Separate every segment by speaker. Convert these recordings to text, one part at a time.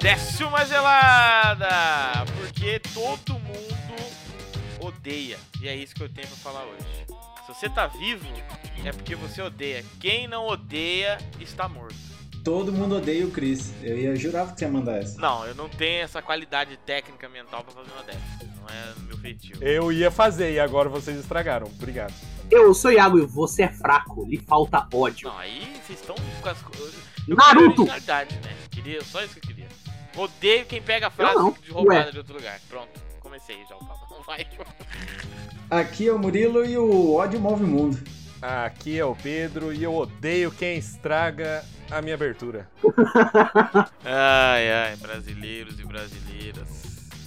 Speaker 1: Desce uma gelada! Porque todo mundo odeia. E é isso que eu tenho pra falar hoje. Se você tá vivo, é porque você odeia. Quem não odeia está morto.
Speaker 2: Todo mundo odeia o Chris. Eu ia jurava que você ia mandar essa.
Speaker 1: Não, eu não tenho essa qualidade técnica mental pra fazer uma dessa. Não é meu feitio.
Speaker 3: Eu ia fazer e agora vocês estragaram. Obrigado.
Speaker 4: Eu sou Iago e você é fraco, lhe falta ódio.
Speaker 1: Não, aí vocês estão com as coisas.
Speaker 4: Naruto!
Speaker 1: Originalidade, né? Queria, só isso que eu queria. Odeio quem pega a frase
Speaker 4: não.
Speaker 1: de roubada
Speaker 4: Ué.
Speaker 1: de outro lugar. Pronto, comecei já o papo. Vai.
Speaker 2: Aqui é o Murilo e o ódio move o mundo.
Speaker 3: Aqui é o Pedro e eu odeio quem estraga a minha abertura.
Speaker 1: Ai, ai, brasileiros e brasileiras.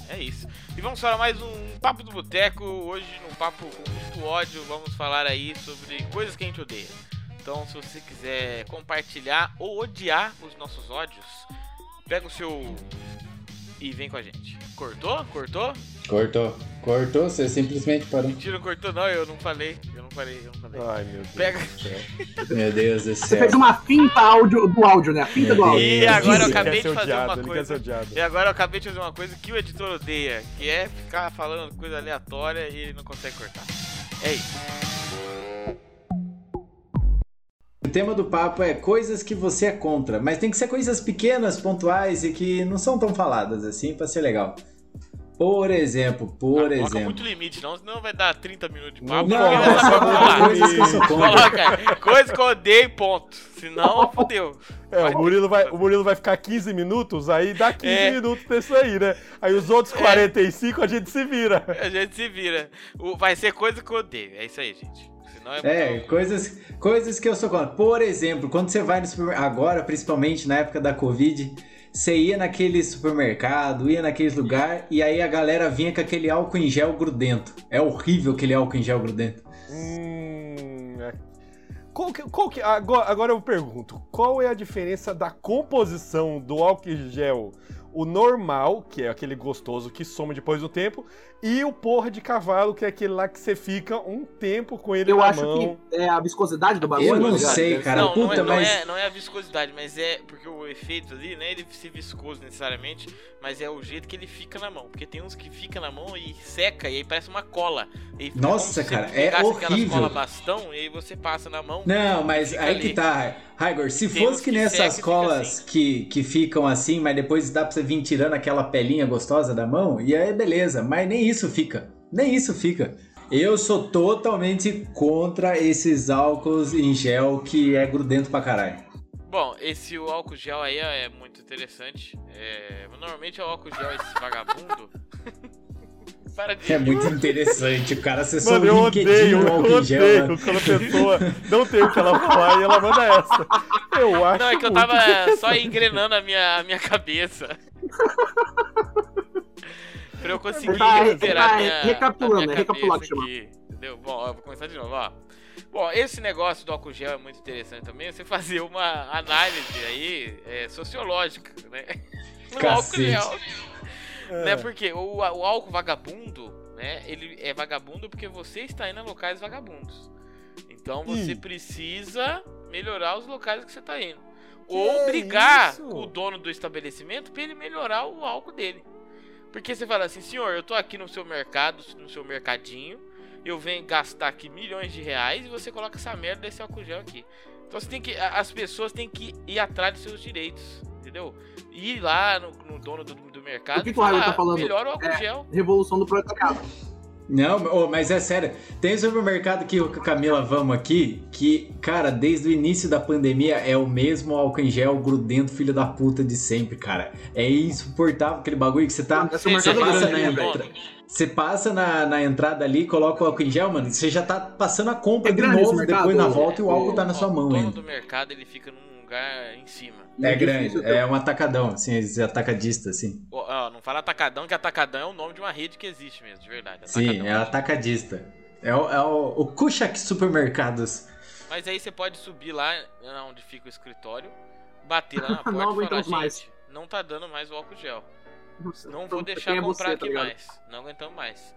Speaker 1: É isso. E vamos para mais um Papo do Boteco. Hoje, num papo com muito ódio, vamos falar aí sobre coisas que a gente odeia. Então, se você quiser compartilhar ou odiar os nossos ódios, pega o seu e vem com a gente. Cortou? Cortou?
Speaker 2: Cortou. Cortou, você simplesmente parou.
Speaker 1: Mentira, não cortou não, eu não falei. Eu não falei, eu não falei.
Speaker 3: Ai, meu Deus.
Speaker 1: Pega.
Speaker 3: do céu.
Speaker 2: Meu Deus do
Speaker 4: Você
Speaker 2: céu.
Speaker 4: fez uma finta áudio, do áudio, né? A finta do
Speaker 2: Meu
Speaker 4: áudio.
Speaker 1: E
Speaker 2: Deus.
Speaker 1: agora eu
Speaker 3: Ele
Speaker 1: acabei
Speaker 3: quer ser
Speaker 1: de fazer
Speaker 3: odiado,
Speaker 1: uma
Speaker 3: ele
Speaker 1: coisa.
Speaker 3: Quer ser odiado.
Speaker 1: E agora eu acabei de fazer uma coisa que o editor odeia, que é ficar falando coisa aleatória e ele não consegue cortar. É isso.
Speaker 4: um
Speaker 2: O tema do papo é coisas que você é contra, mas tem que ser coisas pequenas, pontuais e que não são tão faladas assim pra ser legal. Por exemplo, por
Speaker 1: Ah, Coloca
Speaker 2: exemplo.
Speaker 1: muito limite, não, senão vai dar 30 minutos de
Speaker 3: Não
Speaker 1: papo.
Speaker 2: Não,
Speaker 1: porque
Speaker 3: coloca,
Speaker 1: vai saber falar.
Speaker 2: só coloca coisas que eu sou contra.
Speaker 1: Coloca, coisa que eu odeio, ponto. Senão, fodeu.
Speaker 3: É, o Murilo, vai, o Murilo vai ficar 15 minutos, aí dá 15
Speaker 1: É.
Speaker 3: minutos nisso aí, né? Aí os outros 45 a gente se vira.
Speaker 1: A gente se vira. O- Vai ser coisa que eu odeio. É isso aí, gente. Senão é,
Speaker 2: É,
Speaker 1: muito-
Speaker 2: coisas, coisas que eu sou contra. Por exemplo, quando você vai no supermercado, agora principalmente na época da Covid, você ia naquele supermercado, ia naquele lugar e aí a galera vinha com aquele álcool em gel grudento. É horrível aquele álcool em gel grudento.
Speaker 3: Hum, é. Qual que, qual que- agora, agora eu pergunto, qual é a diferença da composição do álcool em gel? O normal, que é aquele gostoso que soma depois do tempo, e o porra de cavalo, que é aquele lá que você fica um tempo com ele
Speaker 4: Eu
Speaker 3: na
Speaker 4: acho
Speaker 3: mão.
Speaker 4: que é a viscosidade do bagulho.
Speaker 2: Eu não
Speaker 4: tá ligado?
Speaker 2: sei, cara.
Speaker 1: não, não, é,
Speaker 2: Puta,
Speaker 1: não,
Speaker 2: mas-
Speaker 1: é, não é a viscosidade, mas é. Porque o efeito ali, né? Ele ser viscoso necessariamente, mas é o jeito que ele fica na mão. Porque tem uns que fica na mão e seca, e aí parece uma cola. E fica como
Speaker 2: Nossa,
Speaker 1: se
Speaker 2: cara,
Speaker 1: você
Speaker 2: é
Speaker 1: pegasse
Speaker 2: horrível.
Speaker 1: Aquela cola bastão, e aí você passa na mão.
Speaker 2: Não, mas
Speaker 1: Fica
Speaker 2: aí
Speaker 1: ali.
Speaker 2: que tá, Raigor. Se
Speaker 1: Tem uns
Speaker 2: fosse que
Speaker 1: que seca e
Speaker 2: nessas
Speaker 1: fica assim.
Speaker 2: colas que, que ficam assim, mas depois dá pra você vir tirando aquela pelinha gostosa da mão, e aí é beleza, mas nem isso fica. Nem isso fica. Eu sou totalmente contra esses álcools em gel que é grudento pra caralho.
Speaker 1: Bom, esse o álcool gel aí é muito interessante. É, normalmente é o álcool gel esse vagabundo. Para de
Speaker 2: É muito interessante, o cara acessou
Speaker 3: Mano,
Speaker 2: o
Speaker 3: eu
Speaker 2: LinkedIn
Speaker 3: odeio,
Speaker 2: no
Speaker 3: eu
Speaker 2: álcool em gel. né?
Speaker 3: odeio
Speaker 4: né?
Speaker 2: mano.
Speaker 3: quando a pessoa não tem o que ela falar e ela manda essa. Eu acho
Speaker 1: Não, é que eu
Speaker 3: muito
Speaker 1: tava
Speaker 3: interessante.
Speaker 1: só engrenando a minha, a minha cabeça. pra eu conseguir
Speaker 4: Tá,
Speaker 1: recuperar
Speaker 4: tá,
Speaker 1: a minha,
Speaker 4: recapitulando,
Speaker 1: a minha
Speaker 4: é recapitular que
Speaker 1: cabeça aqui. Entendeu? Bom, ó, vou começar de novo, ó. Bom, esse negócio do álcool gel é muito interessante também. Você fazer uma análise aí é, sociológica, né? No álcool
Speaker 2: Cacete.
Speaker 1: gel. Né?
Speaker 3: É.
Speaker 1: Porque o, o álcool vagabundo, né? Ele é vagabundo porque você está indo a locais vagabundos. Então você
Speaker 3: Ih.
Speaker 1: precisa melhorar os locais que você está indo.
Speaker 3: Que
Speaker 1: Ou brigar
Speaker 3: isso?
Speaker 1: com o dono do estabelecimento para ele melhorar o álcool dele. Porque você fala assim, senhor, eu tô aqui no seu mercado, no seu mercadinho, eu venho gastar aqui milhões de reais e você coloca essa merda desse álcool gel aqui. Então você tem que. a- As pessoas têm que ir atrás dos seus direitos, entendeu? Ir lá no, no dono do, do mercado.
Speaker 4: O que
Speaker 1: e
Speaker 4: que o Raio
Speaker 1: falar,
Speaker 4: tá falando?
Speaker 1: Melhora o álcool
Speaker 4: É.
Speaker 1: gel.
Speaker 4: Revolução do proletariado.
Speaker 2: É Não, ô, mas é sério. Tem supermercado que eu e a Camila vamos aqui, que, cara, desde o início da pandemia é o mesmo álcool em gel grudento, filho da puta de sempre, cara. É insuportável aquele bagulho que você tá.
Speaker 4: Esse é o
Speaker 1: Você
Speaker 4: mercado
Speaker 1: já
Speaker 2: passa,
Speaker 1: sabe
Speaker 4: grande,
Speaker 2: na
Speaker 4: né,
Speaker 1: o
Speaker 4: velho?
Speaker 1: dono.
Speaker 2: entra- você passa na, na entrada ali, coloca o álcool em gel, mano, você já tá passando a compra
Speaker 4: É
Speaker 2: de
Speaker 4: grande
Speaker 2: novo,
Speaker 4: esse mercado?
Speaker 2: depois na volta e o
Speaker 4: É,
Speaker 2: álcool tá na
Speaker 1: Ó,
Speaker 2: sua
Speaker 1: O
Speaker 2: mão
Speaker 1: dono
Speaker 2: ainda.
Speaker 1: do mercado ele fica num lugar em cima.
Speaker 2: É
Speaker 4: Difícil,
Speaker 2: grande,
Speaker 4: cara.
Speaker 2: é um atacadão, assim, esse atacadista, assim.
Speaker 1: Ó, ó, não fala atacadão, que atacadão é o nome de uma rede que existe mesmo, de verdade.
Speaker 2: Sim, é atacadista. É o, é o, o Kushak Supermercados.
Speaker 1: Mas aí você pode subir lá na onde fica o escritório, bater lá na porta
Speaker 4: Não
Speaker 1: e falar,
Speaker 4: aguentamos
Speaker 1: gente,
Speaker 4: mais.
Speaker 1: não tá dando mais o álcool gel. Não
Speaker 4: Então,
Speaker 1: vou deixar
Speaker 4: quem é
Speaker 1: comprar
Speaker 4: você, tá
Speaker 1: aqui
Speaker 4: ligado?
Speaker 1: mais. Não aguentamos mais.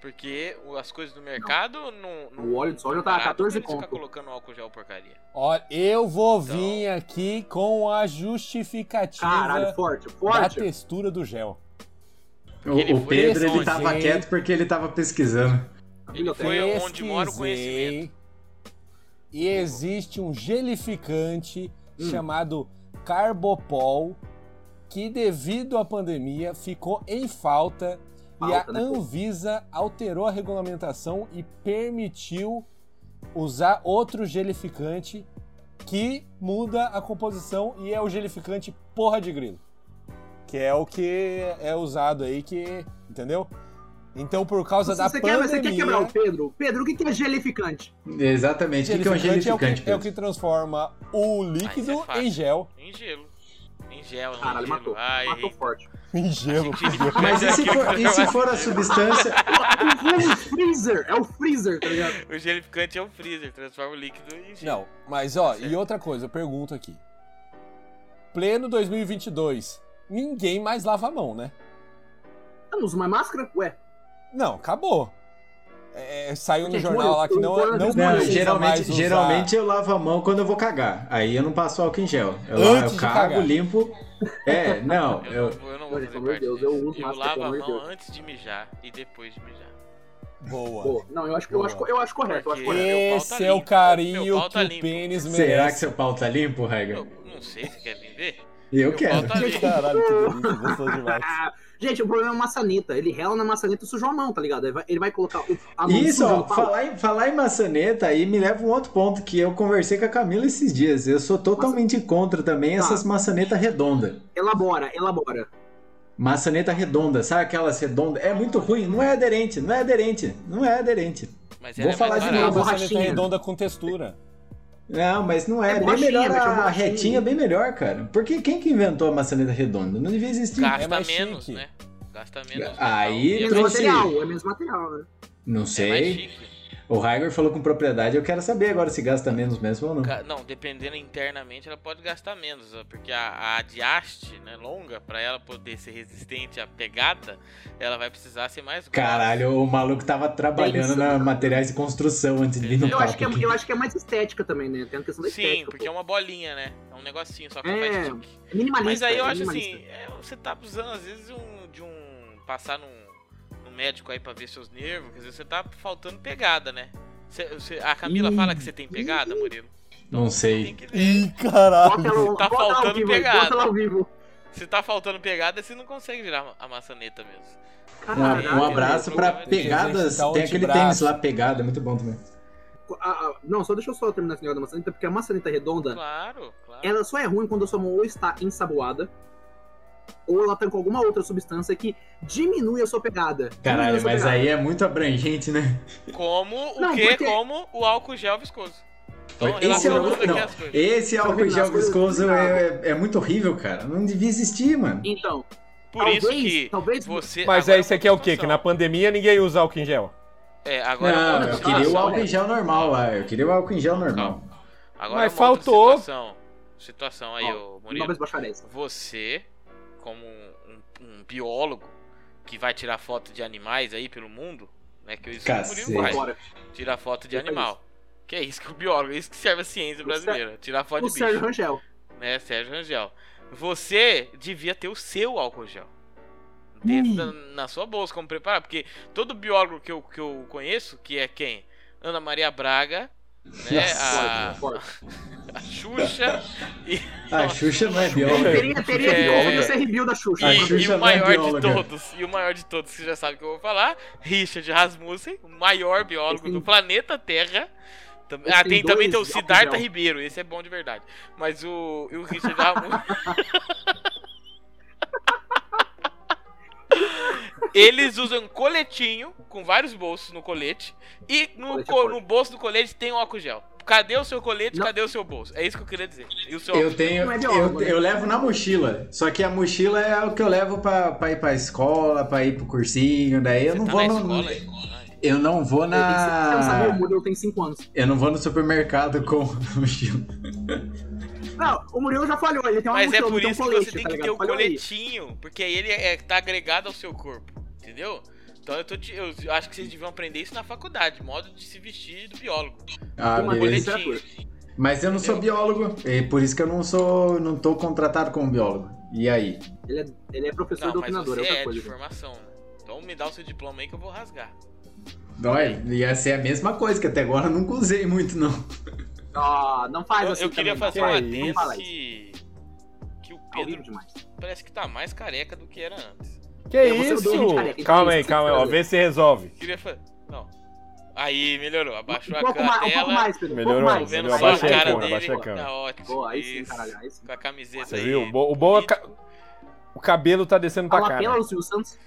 Speaker 1: Porque o- as coisas do mercado não. não
Speaker 4: O óleo de soja tá
Speaker 1: barato,
Speaker 4: 14
Speaker 1: eles ficam
Speaker 4: conto.
Speaker 1: colocando álcool gel porcaria.
Speaker 5: Ó, eu vou
Speaker 1: Então-
Speaker 5: vir aqui com a justificativa
Speaker 4: Caralho, forte,
Speaker 5: da
Speaker 4: forte.
Speaker 5: textura do gel.
Speaker 1: Ele
Speaker 2: O, o
Speaker 1: foi
Speaker 2: Pedro, ele
Speaker 5: longe,
Speaker 2: tava
Speaker 5: hein?
Speaker 2: quieto porque ele tava pesquisando.
Speaker 4: A
Speaker 1: Ele
Speaker 4: biblioteca.
Speaker 1: foi onde mora o
Speaker 5: Pesquisei.
Speaker 1: conhecimento.
Speaker 5: E existe um gelificante
Speaker 4: Hum.
Speaker 5: chamado Carbopol que, devido à pandemia, ficou em falta, e
Speaker 4: Falta,
Speaker 5: a
Speaker 4: né, pô?
Speaker 5: Anvisa alterou a regulamentação e permitiu usar outro gelificante que muda a composição e é o gelificante porra de grilo. Que é o que é usado aí, que. Entendeu? Então, por causa
Speaker 4: Você,
Speaker 5: da
Speaker 4: você quer,
Speaker 5: pandemia.
Speaker 4: você quer quebrar o Pedro? Pedro, o que que é gelificante?
Speaker 2: Exatamente. O que, que é um
Speaker 5: Gelificante é o que-
Speaker 2: gelificante,
Speaker 5: é o
Speaker 2: Pedro?
Speaker 5: que transforma o líquido
Speaker 1: é fácil.
Speaker 5: em gel.
Speaker 1: Em gelo. Em gel, não em
Speaker 4: Caralho,
Speaker 1: gelo.
Speaker 4: matou.
Speaker 1: Ai,
Speaker 4: Matou forte.
Speaker 5: Em gelo.
Speaker 2: Mas e se
Speaker 1: Aqui,
Speaker 2: for,
Speaker 1: ó.
Speaker 2: e se for a substância.
Speaker 4: É o freezer, é o freezer, tá ligado?
Speaker 1: O gelificante é o freezer, transforma o líquido em gelo.
Speaker 5: Não, mas ó, e outra coisa, eu pergunto aqui. Pleno 2022, ninguém mais lava a mão, né?
Speaker 4: Eu não uso mais máscara? Ué,
Speaker 5: Não, acabou. É, saiu no
Speaker 4: Gente,
Speaker 5: jornal lá que não, é-
Speaker 4: olha,
Speaker 5: não
Speaker 2: Não,
Speaker 4: olha,
Speaker 5: precisa mais
Speaker 2: geralmente,
Speaker 5: usar.
Speaker 2: geralmente eu lavo a mão quando eu vou cagar. Aí eu não passo álcool em gel. Eu,
Speaker 5: Antes
Speaker 2: eu
Speaker 5: de
Speaker 2: cago,
Speaker 5: cagar.
Speaker 2: limpo. É, não.
Speaker 1: Eu,
Speaker 2: Eu,
Speaker 1: não vou- eu não vou fazer
Speaker 4: Gente, pelo amor
Speaker 1: parte
Speaker 4: de Deus,
Speaker 1: disso.
Speaker 4: eu uso máscara,
Speaker 1: lavo
Speaker 4: pelo
Speaker 1: a
Speaker 4: amor de
Speaker 1: mão
Speaker 4: Deus.
Speaker 1: antes de mijar e depois de mijar.
Speaker 5: Boa.
Speaker 4: pô. Não, eu acho, que- eu acho, eu acho correto, eu acho
Speaker 1: Porque-
Speaker 4: correto.
Speaker 5: Esse
Speaker 1: Meu
Speaker 5: é
Speaker 1: pau
Speaker 5: o
Speaker 1: tá
Speaker 5: carinho
Speaker 1: limpo, meu
Speaker 5: que
Speaker 1: pau tá
Speaker 5: o pênis
Speaker 2: será que
Speaker 5: merece.
Speaker 2: seu pau tá limpo, Rega?
Speaker 1: Eu não sei se quer vender.
Speaker 2: Eu
Speaker 1: meu
Speaker 2: quero.
Speaker 1: pau tá limpo.
Speaker 5: Caralho, que delícia, gostou demais.
Speaker 4: Ah, Gente, o problema é a maçaneta. Ele rela na maçaneta e sujou a mão, tá ligado? Ele vai, ele vai colocar o- a mão
Speaker 2: Isso,
Speaker 4: suja
Speaker 2: ó,
Speaker 4: no pau.
Speaker 2: falar em, falar em maçaneta aí me leva a um outro ponto que eu conversei com a Camila esses dias. Eu sou totalmente contra também
Speaker 4: Tá.
Speaker 2: essas maçanetas redondas.
Speaker 4: Elabora, elabora.
Speaker 2: Maçaneta redonda, sabe aquelas redondas? É muito ruim, não é aderente, não é aderente, não é aderente.
Speaker 1: Mas
Speaker 2: Vou
Speaker 1: ela é
Speaker 2: falar
Speaker 1: mais
Speaker 2: de
Speaker 5: Mas
Speaker 2: novo.
Speaker 5: não,
Speaker 1: barata.
Speaker 5: você
Speaker 4: borrachinha.
Speaker 5: tá redonda com textura.
Speaker 2: Não, mas não é.
Speaker 4: É
Speaker 2: bem
Speaker 4: borrachinha,
Speaker 2: melhor
Speaker 4: mas é
Speaker 2: a
Speaker 4: borrachinha.
Speaker 2: retinha, bem melhor, cara. Porque quem que inventou a maçaneta redonda? Não devia existir.
Speaker 1: Gasta
Speaker 5: É mais
Speaker 1: menos,
Speaker 5: chique.
Speaker 1: né? Gasta menos. né?
Speaker 2: Aí
Speaker 4: É
Speaker 1: E é
Speaker 4: menos
Speaker 1: mais-
Speaker 2: trouxe-
Speaker 4: material, é menos material, né?
Speaker 2: Não
Speaker 1: é mais
Speaker 2: sei.
Speaker 1: chique.
Speaker 2: o Raigor falou com propriedade, eu quero saber agora se gasta menos mesmo ou não.
Speaker 1: Ga- Não, dependendo internamente, ela pode gastar menos, ó, porque a, a diaste, né, longa, pra ela poder ser resistente à pegada, ela vai precisar ser mais grossa.
Speaker 2: Caralho, o maluco tava trabalhando
Speaker 4: Isso.
Speaker 2: na materiais de construção antes de vir no
Speaker 1: Eu
Speaker 4: Eu
Speaker 2: papo
Speaker 4: acho, que é,
Speaker 2: aqui.
Speaker 4: eu acho que é mais estética também, né? Tem a questão da
Speaker 1: Sim,
Speaker 4: estética.
Speaker 1: porque é
Speaker 4: pô.
Speaker 1: uma bolinha, né? É um negocinho, só que
Speaker 4: É,
Speaker 1: faz tique.
Speaker 4: é minimalista.
Speaker 1: Mas aí eu
Speaker 4: é
Speaker 1: acho
Speaker 4: minimalista.
Speaker 1: assim, é, você tá precisando às vezes um- de um. passar num, num médico aí pra ver seus nervos, quer dizer, você tá faltando pegada, né? Você- você- a Camila fala que você tem pegada, Murilo.
Speaker 2: Não sei.
Speaker 1: Tem que ver.
Speaker 5: Ih, caralho.
Speaker 4: Bota ela,
Speaker 1: Tá
Speaker 4: bota ela ao
Speaker 1: faltando
Speaker 4: vivo, aí,
Speaker 1: pegada.
Speaker 4: Bota ela ao vivo.
Speaker 1: Se tá faltando pegada, você não consegue virar a maçaneta mesmo.
Speaker 4: Caralho.
Speaker 2: Um, um abraço pra
Speaker 1: Tem que
Speaker 2: pegadas.
Speaker 5: exercitar o
Speaker 2: Tem aquele
Speaker 5: antebraço.
Speaker 2: tênis lá, pegada, muito bom também.
Speaker 4: Ah, ah, não, só deixa eu só terminar esse negócio da maçaneta, porque a maçaneta redonda,
Speaker 1: Claro, claro.
Speaker 4: ela só é ruim quando a sua mão ou está ensaboada, ou ela tá com alguma outra substância que diminui a sua pegada. Diminui a
Speaker 2: Caralho,
Speaker 4: sua
Speaker 2: mas
Speaker 4: pegada.
Speaker 2: aí é muito abrangente, né?
Speaker 1: Como o
Speaker 4: Não,
Speaker 1: quê?
Speaker 4: porque-
Speaker 1: Como o álcool gel viscoso. Então,
Speaker 2: esse, é o-
Speaker 1: relacionando aqui
Speaker 2: não,
Speaker 1: as coisas.
Speaker 2: esse álcool
Speaker 4: Combinado,
Speaker 2: gel
Speaker 4: coisas assim,
Speaker 2: viscoso
Speaker 4: combinadas.
Speaker 2: é, é muito horrível, cara. Não devia existir, mano.
Speaker 4: Então,
Speaker 1: Por
Speaker 4: talvez,
Speaker 1: isso que
Speaker 4: talvez
Speaker 1: você.
Speaker 3: Mas é
Speaker 1: agora é
Speaker 3: aí você
Speaker 1: uma
Speaker 3: quer o quê? Que na
Speaker 1: situação.
Speaker 3: pandemia ninguém usa álcool em gel.
Speaker 1: É, agora. é uma
Speaker 2: Não,
Speaker 1: outra
Speaker 2: eu queria o
Speaker 1: situação.
Speaker 2: álcool em gel normal lá. Eu queria o álcool em gel normal.
Speaker 1: Agora
Speaker 3: Mas
Speaker 1: é uma outra
Speaker 3: faltou.
Speaker 1: Situação, situação aí, ô Murilo.
Speaker 4: Nobres bacharéis.
Speaker 1: você, como um, um biólogo que vai tirar foto de animais aí pelo mundo, né? Que isso que o
Speaker 2: Cacete.
Speaker 1: Murilo faz,
Speaker 4: Bora.
Speaker 1: tirar foto de
Speaker 4: Ele faz
Speaker 1: animal. Que é isso que o biólogo, é isso que serve a ciência
Speaker 4: O
Speaker 1: brasileira, tirar foto
Speaker 4: O
Speaker 1: de bicho,
Speaker 4: Sérgio Rangel.
Speaker 1: né, Sérgio Rangel. Você devia ter o seu álcool gel dentro
Speaker 2: Hum.
Speaker 1: da- na sua bolsa, como preparar, porque todo biólogo que eu, que eu conheço, que é quem? Ana Maria Braga, né, a,
Speaker 2: Nossa.
Speaker 4: Bora.
Speaker 1: a Xuxa e
Speaker 2: A Xuxa não é bióloga.
Speaker 4: Teria, teria
Speaker 1: É.
Speaker 4: é... que ser review da Xuxa.
Speaker 2: A
Speaker 1: E,
Speaker 2: Xuxa
Speaker 1: e
Speaker 2: não é
Speaker 1: o maior de
Speaker 2: bióloga.
Speaker 1: todos, e o maior de todos, que você já sabe que eu vou falar, Richard Rasmussen, o maior biólogo
Speaker 4: Esse-
Speaker 1: do planeta Terra. Tam-
Speaker 4: Esse
Speaker 1: Ah,
Speaker 4: tem
Speaker 1: tem, também
Speaker 4: dois
Speaker 1: tem o
Speaker 4: álcool
Speaker 1: Siddhartha
Speaker 4: gel.
Speaker 1: Ribeiro, esse é bom de verdade. Mas o, e o Richard Rasmussen. Eles usam coletinho, com vários bolsos no colete, e no,
Speaker 4: Colete é
Speaker 1: co-
Speaker 4: forte.
Speaker 1: no bolso do colete tem um álcool gel. Cadê o seu colete?
Speaker 4: Não.
Speaker 1: Cadê o seu bolso? É isso que eu queria dizer. E o seu
Speaker 2: Eu
Speaker 1: álcool
Speaker 2: tenho.
Speaker 4: Não é
Speaker 2: eu,
Speaker 4: biólogo, né?
Speaker 2: eu levo na mochila. Só que a mochila é o que eu levo pra, pra ir pra escola, pra ir pro cursinho. Daí eu
Speaker 1: Você
Speaker 2: não
Speaker 1: tá
Speaker 2: vou
Speaker 1: na
Speaker 2: no.
Speaker 1: escola aí?
Speaker 2: Eu não vou
Speaker 4: Você não sabe, o
Speaker 2: na.
Speaker 4: Murilo tem 5 anos.
Speaker 2: Eu não vou no supermercado com a mochila.
Speaker 4: Não, o Murilo já falhou, ele tem uma
Speaker 1: Mas é
Speaker 4: mochila,
Speaker 1: por
Speaker 4: tem um
Speaker 1: isso que
Speaker 4: colete,
Speaker 1: você tem
Speaker 4: tá
Speaker 1: que ter
Speaker 4: ligado?
Speaker 1: o
Speaker 4: Falhou aí.
Speaker 1: coletinho, porque aí ele é, tá agregado ao seu corpo, entendeu? Então eu, tô te- eu acho que vocês deviam aprender isso na faculdade, modo de se vestir do biólogo.
Speaker 2: Ah,
Speaker 4: Uma
Speaker 2: beleza.
Speaker 4: coletinha.
Speaker 2: Mas eu não sou biólogo, e por isso que eu não sou, não tô contratado como biólogo. E aí?
Speaker 4: Ele é, ele é professor
Speaker 1: Não, mas
Speaker 4: doutrinador, é
Speaker 1: você
Speaker 4: outra
Speaker 1: é de
Speaker 4: coisa.
Speaker 1: formação. Então me dá o seu diploma aí que eu vou rasgar.
Speaker 2: Dói? Ia ser a mesma coisa, que até agora eu nunca usei muito, não.
Speaker 4: Ah, não faz
Speaker 1: Eu,
Speaker 4: assim
Speaker 1: eu queria
Speaker 4: também,
Speaker 1: fazer
Speaker 4: não.
Speaker 1: um
Speaker 3: Que
Speaker 4: Não
Speaker 1: adendo
Speaker 4: fala isso.
Speaker 1: que, que o
Speaker 4: Tá horrível
Speaker 1: Pedro
Speaker 4: demais.
Speaker 1: parece que tá mais careca do que era antes.
Speaker 3: Que
Speaker 4: Eu vou ser o
Speaker 3: isso?
Speaker 4: dono de careca,
Speaker 3: Calma
Speaker 4: então
Speaker 3: aí,
Speaker 4: isso
Speaker 3: calma aí,
Speaker 4: que
Speaker 3: ó.
Speaker 4: você
Speaker 3: Vê se resolve.
Speaker 1: Queria fazer. Não. Aí, melhorou. Abaixou
Speaker 4: Um
Speaker 1: a
Speaker 4: pouco,
Speaker 1: ca-
Speaker 4: mais, um pouco
Speaker 1: tela.
Speaker 4: mais, Pedro. um
Speaker 3: Melhorou,
Speaker 4: pouco
Speaker 1: Tô
Speaker 4: mais.
Speaker 1: vendo
Speaker 3: melhorou.
Speaker 1: só a
Speaker 3: Abaixei a
Speaker 1: cara
Speaker 3: câmera,
Speaker 1: dele.
Speaker 3: abaixei a Tá câmera.
Speaker 1: Tá ótimo.
Speaker 4: Boa, aí sim,
Speaker 1: Isso.
Speaker 4: caralho. Aí sim.
Speaker 1: Com a camiseta
Speaker 3: Você
Speaker 1: aí.
Speaker 3: viu? O bo- O bom é ca- o cabelo tá descendo
Speaker 4: A
Speaker 3: pra
Speaker 4: lapela
Speaker 3: cara.
Speaker 4: do Silvio Santos.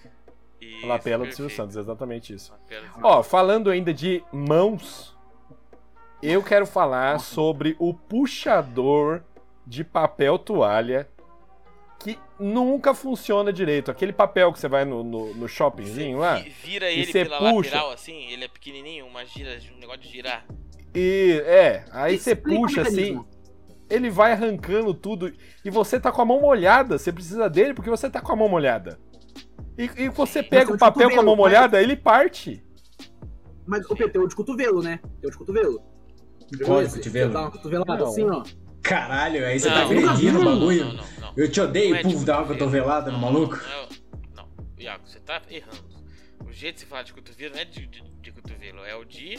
Speaker 1: Isso,
Speaker 3: A lapela do
Speaker 1: perfeito.
Speaker 3: Silvio
Speaker 1: assim.
Speaker 3: Santos, exatamente isso.
Speaker 1: Lapela do Silvio
Speaker 3: Ó, falando ainda de mãos, eu quero falar sobre o puxador de papel toalha que nunca funciona direito. Aquele papel que você vai no, no, no shoppingzinho
Speaker 1: Você
Speaker 3: lá.
Speaker 1: vi- Vira
Speaker 3: E
Speaker 1: ele
Speaker 3: cê
Speaker 1: pela
Speaker 3: puxa.
Speaker 1: lateral, assim, ele é pequenininho, uma gira, um negócio de girar.
Speaker 3: E é, aí você
Speaker 4: Explica o
Speaker 3: puxa assim,
Speaker 4: mecanismo.
Speaker 3: ele vai arrancando tudo e você tá com a mão molhada. Você precisa dele porque você tá com a mão molhada. E, e você
Speaker 1: Sim.
Speaker 3: pega
Speaker 4: Mas
Speaker 3: o
Speaker 4: tem um
Speaker 3: papel com a mão
Speaker 4: cotovelo, mas-
Speaker 3: molhada, ele parte.
Speaker 4: Mas o PT é o de cotovelo, né? Tem o de cotovelo.
Speaker 2: Qual de
Speaker 4: Esse,
Speaker 2: cotovelo?
Speaker 4: Você dá uma cotovelada
Speaker 3: Não.
Speaker 4: assim, ó.
Speaker 2: Caralho, aí você
Speaker 1: Não,
Speaker 2: tá agredindo o
Speaker 1: não,
Speaker 2: bagulho.
Speaker 1: Não, não, não.
Speaker 2: Eu te odeio,
Speaker 1: Não é
Speaker 2: puf,
Speaker 1: de
Speaker 2: dá uma
Speaker 1: cotovelo.
Speaker 2: cotovelada no
Speaker 1: Não,
Speaker 2: maluco.
Speaker 1: Não, não, não. Iago, você tá errando. O jeito de se falar de cotovelo não é de, de- de cotovelo, é o de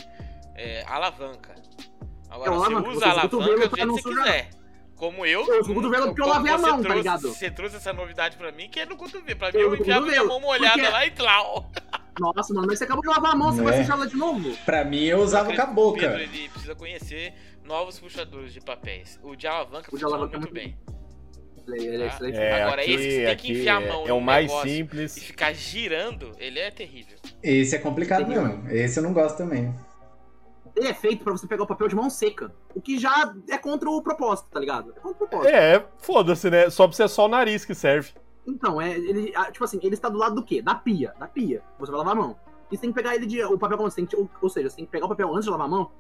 Speaker 1: é, alavanca. Agora,
Speaker 4: É o
Speaker 1: você
Speaker 4: alavanca,
Speaker 1: usa
Speaker 4: você
Speaker 1: a
Speaker 4: usa o cotovelo
Speaker 1: alavanca do
Speaker 4: pra
Speaker 1: jeito
Speaker 4: não
Speaker 1: que você
Speaker 4: sujar.
Speaker 1: quiser. Como eu.
Speaker 4: Eu uso o cotovelo porque eu
Speaker 1: como
Speaker 4: lavei a
Speaker 1: você
Speaker 4: mão, tá
Speaker 1: trouxe-
Speaker 4: ligado?
Speaker 1: Você trouxe essa novidade pra mim que é no cotovelo. Pra mim,
Speaker 4: Eu
Speaker 1: eu,
Speaker 4: uso o
Speaker 1: enfiava minha
Speaker 4: cotovelo,
Speaker 1: mão molhada
Speaker 4: porque-
Speaker 1: lá e tlau.
Speaker 4: Nossa, mano, mas você acabou de lavar a mão, você
Speaker 2: Né?
Speaker 4: vai sujar ela de novo?
Speaker 2: Pra mim, eu usava com a boca.
Speaker 1: Pedro, ele precisa conhecer novos puxadores de papéis. O de alavanca
Speaker 4: O de
Speaker 1: funciona
Speaker 4: alavanca é
Speaker 1: muito
Speaker 4: muito
Speaker 1: bem.
Speaker 4: Ele, ele é
Speaker 1: Tá.
Speaker 4: excelente.
Speaker 1: É, Agora, esse que você tem que enfiar a mão
Speaker 3: é,
Speaker 1: no
Speaker 3: o mais
Speaker 1: negócio. E
Speaker 3: simples.
Speaker 1: ficar girando, ele é terrível.
Speaker 2: Esse é complicado
Speaker 4: Entendeu?
Speaker 2: mesmo. Esse eu não gosto também.
Speaker 4: Ele é feito pra você pegar o papel de mão seca. O que já é contra o propósito, tá ligado? É contra o propósito.
Speaker 3: É, foda-se, né? Só pra ser só o nariz que serve.
Speaker 4: Então, é, ele, ah, tipo assim, ele está do lado do quê? Da pia. Da pia. Você vai lavar a mão. E você tem que pegar ele de. O papel como você tem que- ou, ou seja, você tem que pegar o papel antes de lavar a mão.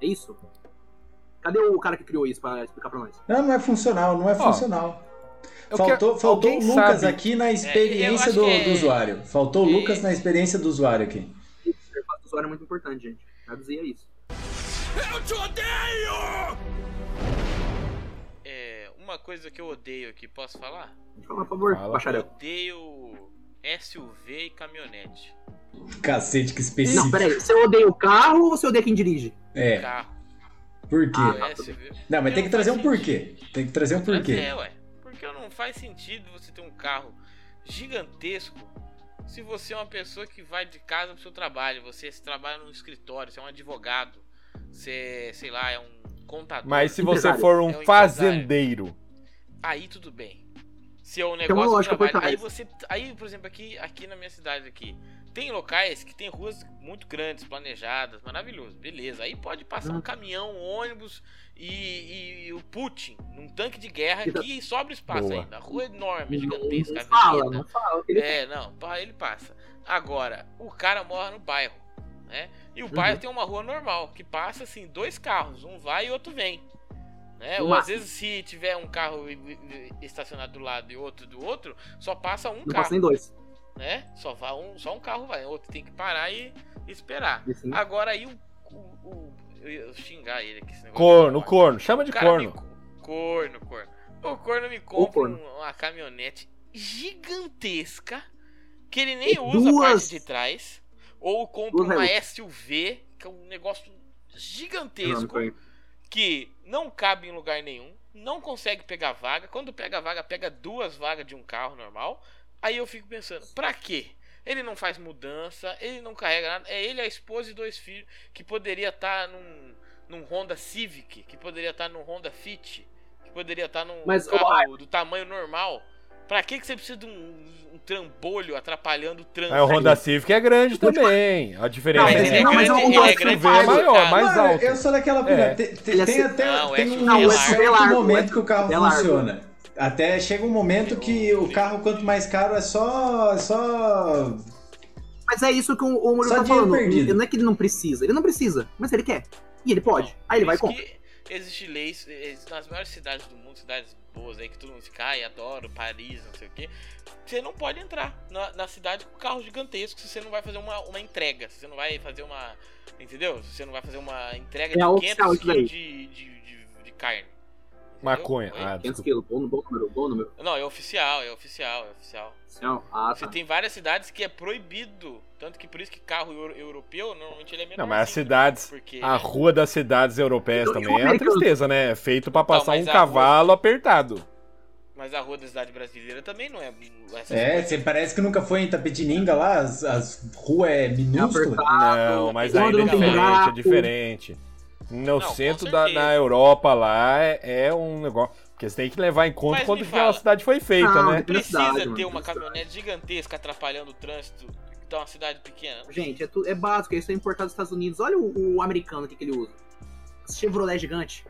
Speaker 4: É isso? Cadê o cara que criou isso pra explicar pra nós?
Speaker 2: Não, não é funcional, não é
Speaker 3: Ó,
Speaker 2: funcional.
Speaker 3: eu
Speaker 2: Faltou,
Speaker 3: quero-
Speaker 2: faltou o
Speaker 3: alguém
Speaker 2: Lucas
Speaker 3: sabe?
Speaker 2: aqui na
Speaker 1: É, eu
Speaker 2: experiência
Speaker 1: acho
Speaker 2: do,
Speaker 1: que é-
Speaker 2: do usuário. Faltou o
Speaker 1: É.
Speaker 2: Lucas na experiência do usuário aqui.
Speaker 4: Isso, o interface do usuário é muito importante, gente. Já dizia isso.
Speaker 1: É, uma coisa que eu odeio aqui, posso falar?
Speaker 4: Deixa eu falar, por favor,
Speaker 3: Fala.
Speaker 1: Eu
Speaker 4: bacharel.
Speaker 1: odeio SUV e caminhonete.
Speaker 2: Cacete, que específico.
Speaker 4: Não, peraí. Você odeia o carro ou você odeia quem dirige?
Speaker 2: é,
Speaker 1: Carro.
Speaker 2: por quê?
Speaker 4: Ah,
Speaker 1: SUV.
Speaker 2: não, mas tem que
Speaker 1: é. não
Speaker 2: trazer
Speaker 1: faz
Speaker 2: um porquê. Tem que trazer um
Speaker 1: Mas
Speaker 2: porquê.
Speaker 1: é, ué. Porque não faz sentido você ter um carro gigantesco se você é uma pessoa que vai de casa pro seu trabalho. Você se trabalha num escritório, você é um advogado, você, sei lá, é um contador.
Speaker 3: Mas se você
Speaker 4: Empresário.
Speaker 3: for
Speaker 1: É um
Speaker 3: um
Speaker 1: empresário.
Speaker 3: fazendeiro,
Speaker 1: aí tudo bem. Se é um
Speaker 4: uma
Speaker 1: negócio
Speaker 4: lógica
Speaker 1: de
Speaker 4: por
Speaker 1: trabalho. Aí
Speaker 4: trás.
Speaker 1: você. Aí, por exemplo, aqui, aqui na minha cidade aqui, tem locais que tem ruas muito grandes, planejadas, maravilhoso, beleza. Aí pode passar um
Speaker 4: Hum.
Speaker 1: caminhão, um ônibus e, e- e o Putin num tanque de guerra
Speaker 4: Então-
Speaker 1: aqui e sobra espaço
Speaker 3: Boa.
Speaker 1: ainda. A rua é enorme,
Speaker 4: Não,
Speaker 1: gigantesca,
Speaker 4: não fala,
Speaker 1: avenida.
Speaker 4: não fala. Ele-
Speaker 1: É, não, pá, ele passa. Agora, o cara mora no bairro, né? E o
Speaker 4: Uhum.
Speaker 1: bairro tem uma rua normal, que passa assim, dois carros, um vai e outro vem. Né?
Speaker 4: No
Speaker 1: Ou às
Speaker 4: máximo.
Speaker 1: vezes, se tiver um carro e- e- e estacionado do lado e outro do outro, só passa um
Speaker 4: Não
Speaker 1: carro,
Speaker 4: passa nem dois.
Speaker 1: né? Só, vai um, só um carro vai, o outro tem que parar e esperar.
Speaker 4: Assim,
Speaker 1: Agora aí o. o- o- eu ia xingar ele aqui, esse negócio.
Speaker 3: corno,
Speaker 1: Agora.
Speaker 3: corno, chama de
Speaker 1: O cara me
Speaker 3: corno.
Speaker 1: co- Corno, corno. O corno me compra
Speaker 4: corno.
Speaker 1: um- uma caminhonete gigantesca que ele nem
Speaker 4: E
Speaker 1: usa a
Speaker 4: duas-
Speaker 1: parte de trás. Ou compra
Speaker 4: duas
Speaker 1: uma
Speaker 4: Hilux.
Speaker 1: SUV, que é um negócio
Speaker 4: não, é não
Speaker 1: gigantesco
Speaker 4: foi.
Speaker 1: que não cabe em lugar nenhum, não consegue pegar vaga. Quando pega vaga, pega duas vagas de um carro normal. Aí eu fico pensando, pra quê? Ele não faz mudança, ele não carrega nada. É ele, a esposa e dois filhos, que poderia estar num, num Honda Civic, que poderia estar num Honda Fit, que poderia estar num
Speaker 4: Mas, ô,
Speaker 1: carro do tamanho normal. Pra que, que você precisa de um, um trambolho atrapalhando o trânsito?
Speaker 3: Aí o Honda Civic é grande também. A diferença
Speaker 4: Não,
Speaker 3: é
Speaker 4: mas
Speaker 3: que
Speaker 1: ele
Speaker 4: não, mas eu
Speaker 1: grande,
Speaker 4: não gosto
Speaker 1: ele
Speaker 4: de
Speaker 1: grande,
Speaker 3: SUV é
Speaker 1: mas
Speaker 4: fazer.
Speaker 3: maior,
Speaker 1: cara,
Speaker 3: mais
Speaker 2: Mano,
Speaker 3: alto.
Speaker 2: Eu sou daquela opinião.
Speaker 3: É.
Speaker 2: Te- te-
Speaker 4: Ele é
Speaker 2: tem
Speaker 4: assim-
Speaker 2: até
Speaker 1: Não,
Speaker 2: tem
Speaker 1: é
Speaker 2: um
Speaker 1: largo,
Speaker 2: certo
Speaker 4: é largo,
Speaker 2: momento que o carro
Speaker 4: é largo.
Speaker 2: funciona. Até chega um momento que o carro, quanto mais caro, é só. é só.
Speaker 4: Mas é isso que o, o Murilo
Speaker 2: Só
Speaker 4: tá
Speaker 2: dinheiro
Speaker 4: falando.
Speaker 2: perdido.
Speaker 4: Não é que ele não precisa. Ele não precisa, mas ele quer. E ele pode. Aí ele vai e
Speaker 1: Por
Speaker 4: compra.
Speaker 1: isso que- Existem leis ex- nas maiores cidades do mundo, cidades boas aí que todo mundo fica, ai, adoro, Paris, não sei o quê. Você não pode entrar na, na cidade com carro gigantesco se você não vai fazer uma, uma entrega, se você não vai fazer uma. Entendeu? Se você não vai fazer uma entrega
Speaker 4: É
Speaker 1: de
Speaker 4: oficial
Speaker 1: 500
Speaker 4: isso daí.
Speaker 1: quilos de, de, de, de carne. Entendeu?
Speaker 3: Maconha.
Speaker 1: Oi?
Speaker 3: Ah,
Speaker 4: 500
Speaker 3: desculpa.
Speaker 4: quilos, bom, bom número, bom número.
Speaker 1: Não, é oficial, é oficial, é oficial.
Speaker 4: Não, ah,
Speaker 1: Você
Speaker 4: tá.
Speaker 1: tem várias cidades que é proibido. Tanto que por isso que carro euro- europeu normalmente ele é menor.
Speaker 3: Não, mas as cidades.
Speaker 1: Porque
Speaker 3: A rua das cidades europeias
Speaker 4: Eu- eu
Speaker 3: também é uma
Speaker 4: americano.
Speaker 3: tristeza, né? É feito pra
Speaker 1: Então,
Speaker 3: passar
Speaker 1: mas
Speaker 3: um
Speaker 1: a
Speaker 3: cavalo apertado.
Speaker 1: Mas a rua da cidade brasileira também não é. essas
Speaker 2: É,
Speaker 1: coisas.
Speaker 2: você parece que nunca foi em Tapetininga lá, as, as ruas é minúscula.
Speaker 3: Não, mas ainda é
Speaker 1: Quando não tem
Speaker 3: diferente, é
Speaker 4: buraco.
Speaker 3: diferente. No
Speaker 1: com
Speaker 3: centro da
Speaker 1: certeza.
Speaker 3: na Europa lá é, é um negócio. Porque você tem que levar em conta
Speaker 1: Mas
Speaker 3: quando
Speaker 1: me
Speaker 3: que aquela
Speaker 1: fala.
Speaker 3: cidade foi feita,
Speaker 4: Não,
Speaker 3: né?
Speaker 1: Precisa
Speaker 4: Cidade, é mano,
Speaker 1: ter uma
Speaker 4: cidade.
Speaker 1: caminhonete gigantesca atrapalhando o trânsito de uma cidade pequena.
Speaker 4: Gente, é, tu, é básico, isso é importado dos Estados Unidos. Olha o, o americano que, que ele usa. As Chevrolet gigante.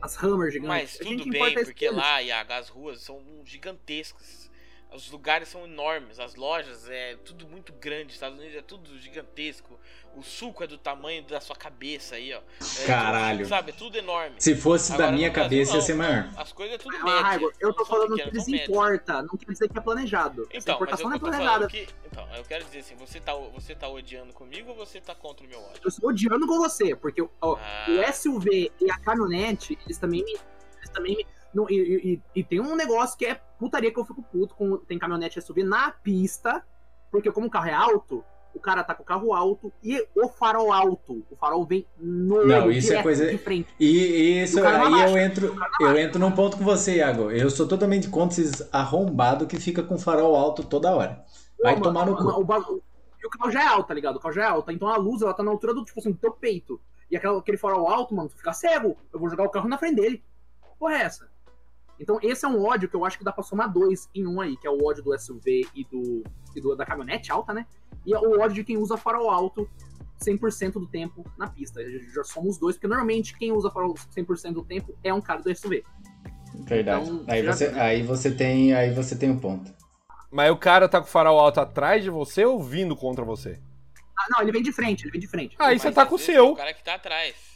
Speaker 4: As Hammer gigante.
Speaker 1: Mas
Speaker 4: a gente
Speaker 1: tudo
Speaker 4: importa
Speaker 1: bem,
Speaker 4: isso
Speaker 1: porque
Speaker 4: deles.
Speaker 1: lá, Iago, as ruas são gigantescas. Os lugares são enormes, as lojas é tudo muito grande, Estados Unidos é tudo gigantesco. O suco é do tamanho da sua cabeça aí, ó. É tudo-
Speaker 2: Caralho.
Speaker 1: sabe, é tudo enorme.
Speaker 2: Se fosse da
Speaker 1: Agora,
Speaker 2: minha
Speaker 1: no Brasil,
Speaker 2: cabeça, ia
Speaker 1: não.
Speaker 2: ser maior.
Speaker 1: As coisas é tudo
Speaker 4: Ah,
Speaker 1: média.
Speaker 4: Raigo, eu tô
Speaker 1: não são
Speaker 4: falando que
Speaker 1: pequenas,
Speaker 4: eles
Speaker 1: são médias.
Speaker 4: importa, não quer dizer que é planejado. Essa
Speaker 1: Então, mas eu,
Speaker 4: importação não é
Speaker 1: eu tô falando
Speaker 4: planejada.
Speaker 1: que. Então, eu quero dizer assim, você tá, você tá odiando comigo ou você tá contra o meu ódio?
Speaker 4: Eu estou odiando com você, porque o- ó,
Speaker 1: Ah,
Speaker 4: o SUV e a caminhonete, eles também me. Eles também me não, e, e- e- e tem um negócio que é putaria que eu fico puto com. Tem caminhonete e SUV na pista, porque como o carro é alto, o cara tá com o carro alto e o farol alto. O farol vem no
Speaker 2: Não, isso é
Speaker 4: direto
Speaker 2: coisa-
Speaker 4: de frente.
Speaker 2: E, e isso
Speaker 4: E o cara não
Speaker 2: aí eu
Speaker 4: abaixa,
Speaker 2: entro, eu entro num ponto com você, Iago. Eu sou totalmente contra esses arrombado que fica com farol alto toda hora. Vai
Speaker 4: Não,
Speaker 2: tomar no
Speaker 4: mano,
Speaker 2: cu.
Speaker 4: o bagulho- E o carro já é alto, tá ligado? O carro já é alto. Então a luz, ela tá na altura do, tipo assim, do teu peito. E aquela- aquele farol alto, mano, tu fica cego. Eu vou jogar o carro na frente dele. Que Porra, é essa? Então esse é um ódio que eu acho que dá pra somar dois em um aí, que é o ódio do SUV e do, e do- da caminhonete alta, né? E é o ódio de quem usa farol alto 100% do tempo na pista. Já- Já somos dois, porque normalmente quem usa farol 100% do tempo é um cara do SUV.
Speaker 2: Verdade.
Speaker 4: Então,
Speaker 2: aí,
Speaker 4: já-
Speaker 2: você, aí você tem, aí você tem um ponto.
Speaker 3: Mas o cara tá com o farol alto atrás de você ou vindo contra você?
Speaker 4: Ah, não, ele vem de frente, ele vem de frente.
Speaker 3: Aí
Speaker 1: mas
Speaker 3: você tá
Speaker 1: às
Speaker 3: com o
Speaker 1: vezes é
Speaker 3: seu.
Speaker 1: O cara que tá atrás.